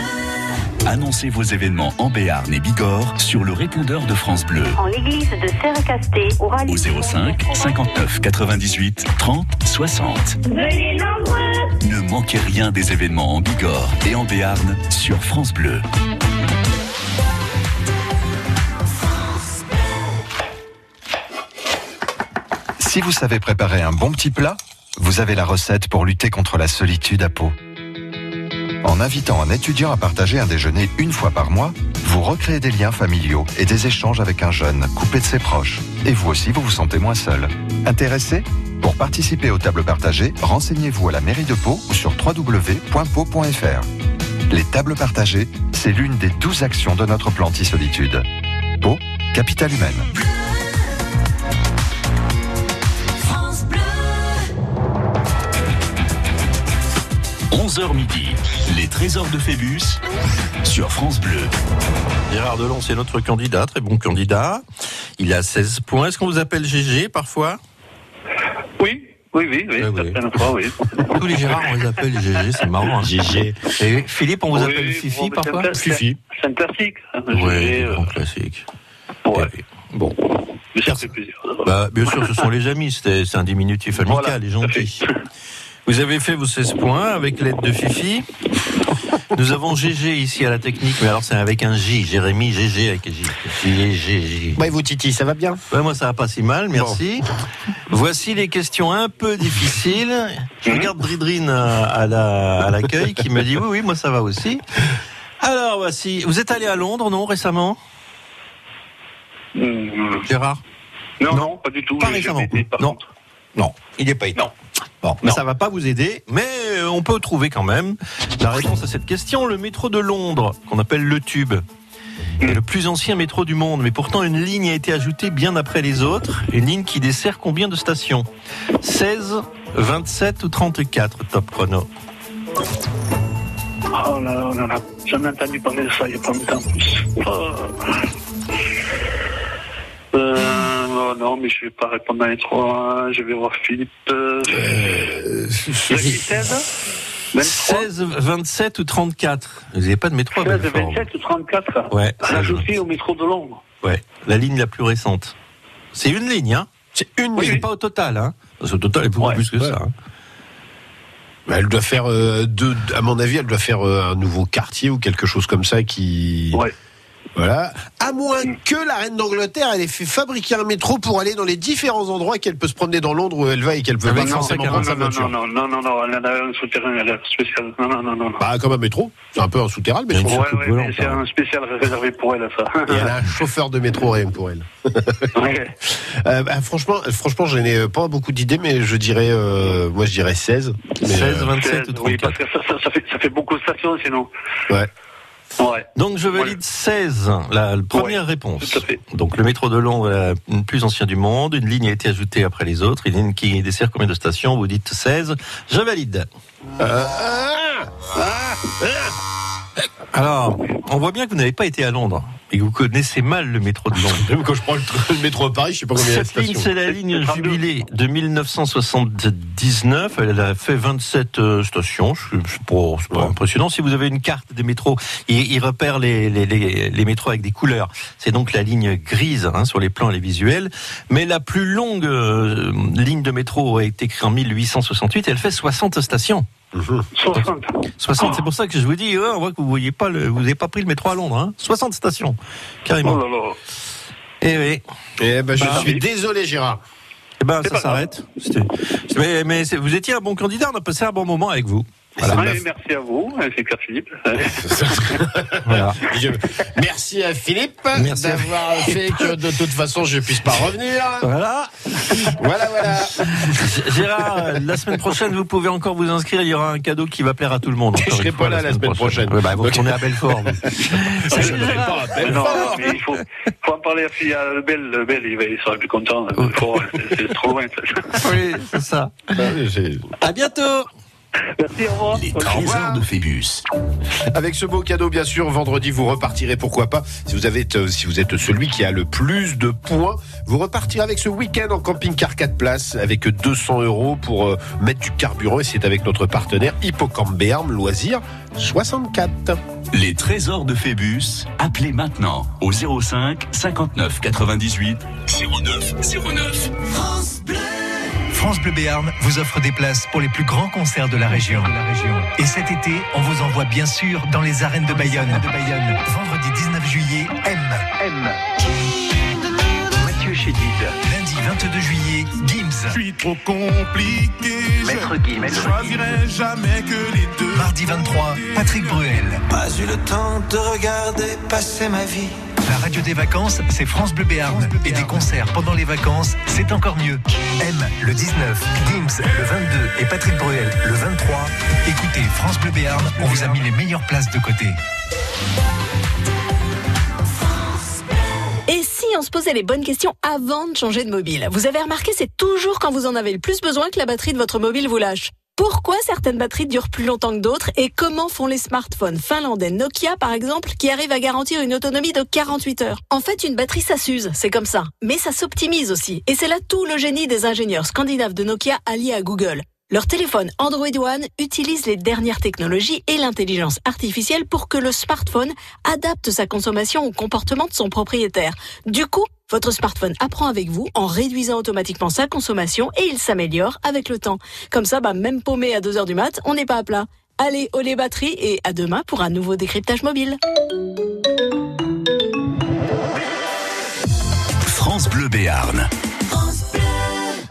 Speaker 16: Annoncez vos événements en Béarn et Bigorre sur le répondeur de France Bleu
Speaker 9: En l'église de Serre-Casté, au rallye.
Speaker 16: au 05 59 98 30 60.
Speaker 15: Venez nombreux.
Speaker 16: Ne manquez rien des événements en Bigorre et en Béarn sur France Bleu.
Speaker 17: Si vous savez préparer un bon petit plat, vous avez la recette pour lutter contre la solitude à peau. En invitant un étudiant à partager un déjeuner une fois par mois, vous recréez des liens familiaux et des échanges avec un jeune coupé de ses proches. Et vous aussi, vous vous sentez moins seul. Intéressé Pour participer aux tables partagées, renseignez-vous à la mairie de Pau ou sur www.pau.fr. Les tables partagées, c'est l'une des 12 actions de notre plan anti-solitude. Pau, capitale humaine.
Speaker 15: France Bleu.
Speaker 16: 11h midi, les trésors de Phébus sur France Bleu.
Speaker 3: Gérard Delon, c'est notre candidat, très bon candidat. Il a 16 points. Est-ce qu'on vous appelle GG parfois
Speaker 11: Oui, oui, oui, oui, certaines fois, oui.
Speaker 3: Tous les Gérards, on les appelle GG, c'est marrant. hein.
Speaker 11: GG.
Speaker 3: Et Philippe, on vous
Speaker 11: Oui,
Speaker 3: appelle Fifi
Speaker 11: bon, mais c'est un
Speaker 3: parfois
Speaker 11: cla- C'est un classique. hein, je
Speaker 3: Oui,
Speaker 11: vais, euh,
Speaker 3: grand classique. Et- Bon.
Speaker 11: mais ça fait plaisir.
Speaker 3: Bah, bien sûr, ce sont les amis, c'était- c'est un diminutif amical et gentil. Vous avez fait vos 16 points avec l'aide de Fifi. Nous avons GG ici à la technique, mais alors c'est avec un J, Jérémy GG avec J. J, J, J.
Speaker 2: Ouais, vous, Titi, ça va bien
Speaker 3: Ouais, moi ça va pas si mal, merci. Voici les questions un peu difficiles.
Speaker 11: Hum.
Speaker 3: Je regarde Dridrine à, à la- à l'accueil qui me dit oui, oui, moi ça va aussi. Alors voici, vous êtes allé à Londres, non, récemment Gérard
Speaker 11: Hum. Non, non, pas du tout.
Speaker 3: Pas
Speaker 11: j'ai
Speaker 3: récemment.
Speaker 11: jamais été, par
Speaker 3: Non.
Speaker 11: contre.
Speaker 3: Non, il n'est pas été. Bon, mais ça va pas vous aider, mais euh, on peut trouver quand même la réponse à cette question. Le métro de Londres, qu'on appelle le tube, est le plus ancien métro du monde, mais pourtant une ligne a été ajoutée bien après les autres, une ligne qui dessert combien de stations 16, 27 ou 34, top chrono.
Speaker 11: Oh là là, on en a jamais entendu parler de ça il n'y a pas longtemps. Oh. Euh, non, non, mais je vais pas répondre à les trois. Je vais voir Philippe. Euh, la vitesse
Speaker 3: 16, 27 ou 34 Vous n'avez pas de métro à
Speaker 11: 13,
Speaker 3: Belfort.
Speaker 11: 27 ou 34
Speaker 3: Ouais,
Speaker 11: On a Ajouté au métro de Londres.
Speaker 3: Ouais, la ligne la plus récente. C'est une ligne, hein C'est une ligne. pas au total, hein Parce que le total est beaucoup plus que ça. hein.
Speaker 2: Bah, elle doit faire, euh, deux, à mon avis, elle doit faire euh, un nouveau quartier ou quelque chose comme ça qui. Voilà. À moins que la reine d'Angleterre, elle ait fait fabriquer un métro pour aller dans les différents endroits qu'elle peut se promener dans Londres où elle va et qu'elle peut
Speaker 11: Ah,
Speaker 2: pas
Speaker 11: mais non,
Speaker 2: forcément
Speaker 11: non,
Speaker 2: prendre sa
Speaker 11: non,
Speaker 2: voiture.
Speaker 11: non, non, non, non, non, elle en a un souterrain, elle a un spécial. Non, non, non, non. non.
Speaker 2: Bah, comme un métro, c'est un peu un souterrain, mais
Speaker 11: Ouais,
Speaker 2: c'est surtout
Speaker 11: ouais,
Speaker 2: volant,
Speaker 11: mais c'est
Speaker 2: ça.
Speaker 11: un spécial réservé pour elle, ça.
Speaker 2: Et elle a un chauffeur de métro rien que pour elle. Euh, bah, franchement, franchement, je n'ai euh, pas beaucoup d'idées, mais je dirais, euh, moi, je dirais 16. mais, euh,
Speaker 11: 16, Oui, parce que ça, ça, ça fait, ça fait beaucoup de stations, sinon.
Speaker 2: Ouais.
Speaker 3: Donc je valide 16, la première réponse. Donc le métro de Londres est le plus ancien du monde, une ligne a été ajoutée après les autres, une ligne qui dessert combien de stations Vous dites 16, je valide.
Speaker 2: Ah
Speaker 3: Alors, on voit bien que vous n'avez pas été à Londres et que vous connaissez mal le métro de Londres.
Speaker 2: Quand je prends le, le métro à Paris, je sais pas combien il y a de
Speaker 3: Cette ligne,
Speaker 2: stations.
Speaker 3: c'est la ligne jubilée de 1979. Elle a fait 27 euh, stations. Je- je- C'est pas, c'est pas impressionnant. Si vous avez une carte des métros, il, il repère les, les, les- les métros avec des couleurs. C'est donc la ligne grise hein, sur les plans et les visuels. Mais la plus longue euh, ligne de métro a été créée en 1868. Elle fait 60 stations.
Speaker 11: 60.
Speaker 3: 60, c'est pour ça que je vous dis, ouais, on voit que vous voyez pas, le- vous n'avez pas pris le métro à Londres, hein. 60 stations, carrément.
Speaker 11: Oh là là.
Speaker 3: Eh oui.
Speaker 2: Eh ben, je suis
Speaker 3: désolé, Gérard. Eh ben, ça s'arrête. C'était- Mais, mais c'est- vous étiez un bon candidat, on a passé un bon moment avec vous. Voilà.
Speaker 11: Ouais, Ah, Merci à vous, euh, c'est Pierre Philippe.
Speaker 3: Voilà.
Speaker 2: Merci à Philippe
Speaker 3: Merci à
Speaker 2: d'avoir fait que de toute façon je puisse pas revenir.
Speaker 3: Voilà.
Speaker 2: Voilà, voilà.
Speaker 3: G- Gérard, euh, la semaine prochaine, vous pouvez encore vous inscrire. Il y aura un cadeau qui va plaire à tout le monde. Je serai pas là la semaine prochaine. Ouais, bah, vous retournez à Belfort.
Speaker 11: Je ne serai pas mais non, non, mais il faut, faut en parler à, Phil- à le Bel. Le Bel, il, va- il sera plus content. Il faut- C'est c'est trop loin. ça.
Speaker 1: Bah,
Speaker 3: oui, c'est ça.
Speaker 2: Ah oui, j'ai-
Speaker 3: À bientôt.
Speaker 11: Merci, au revoir.
Speaker 2: Les trésors de Phébus. Avec ce beau cadeau, bien sûr, vendredi, vous repartirez, pourquoi pas, si vous, avez, euh, si vous êtes celui qui a le plus de points, vous repartirez avec ce week-end en camping-car 4 places, avec 200 euros pour euh, mettre du carburant, et c'est avec notre partenaire Hippocampe Béarn Loisirs 64.
Speaker 16: Les trésors de Phébus, appelez maintenant au 05 59 98 09 09.
Speaker 15: France Bleu.
Speaker 18: France Bleu Béarn vous offre des places pour les plus grands concerts de la région. Et cet été, on vous envoie bien sûr dans les arènes de Bayonne. Vendredi 19 juillet, M. M. Mathieu Chédid. Lundi 22 juillet, Gims. Je suis trop compliqué. Maître Gims. choisirai jamais que les deux. Mardi 23, Patrick Bruel. Pas eu le temps de regarder passer ma vie. La radio des vacances, c'est France Bleu Béarn. Et des concerts pendant les vacances, c'est encore mieux. M, le 19, Gims, le 22 et Patrick Bruel, le 23. Écoutez France Bleu Béarn, on vous a mis les meilleures places de côté.
Speaker 14: Et si on se posait les bonnes questions avant de changer de mobile Vous avez remarqué, c'est toujours quand vous en avez le plus besoin que la batterie de votre mobile vous lâche. Pourquoi certaines batteries durent plus longtemps que d'autres et comment font les smartphones finlandais Nokia par exemple qui arrivent à garantir une autonomie de 48 heures En fait, une batterie ça s'use, c'est comme ça, mais ça s'optimise aussi et c'est là tout le génie des ingénieurs scandinaves de Nokia alliés à Google. Leur téléphone Android One utilise les dernières technologies et l'intelligence artificielle pour que le smartphone adapte sa consommation au comportement de son propriétaire. Du coup, votre smartphone apprend avec vous en réduisant automatiquement sa consommation et il s'améliore avec le temps. Comme ça, bah, même paumé à 2h du mat, on n'est pas à plat. Allez, au les batteries et à demain pour un nouveau décryptage mobile.
Speaker 16: France Bleu Béarn.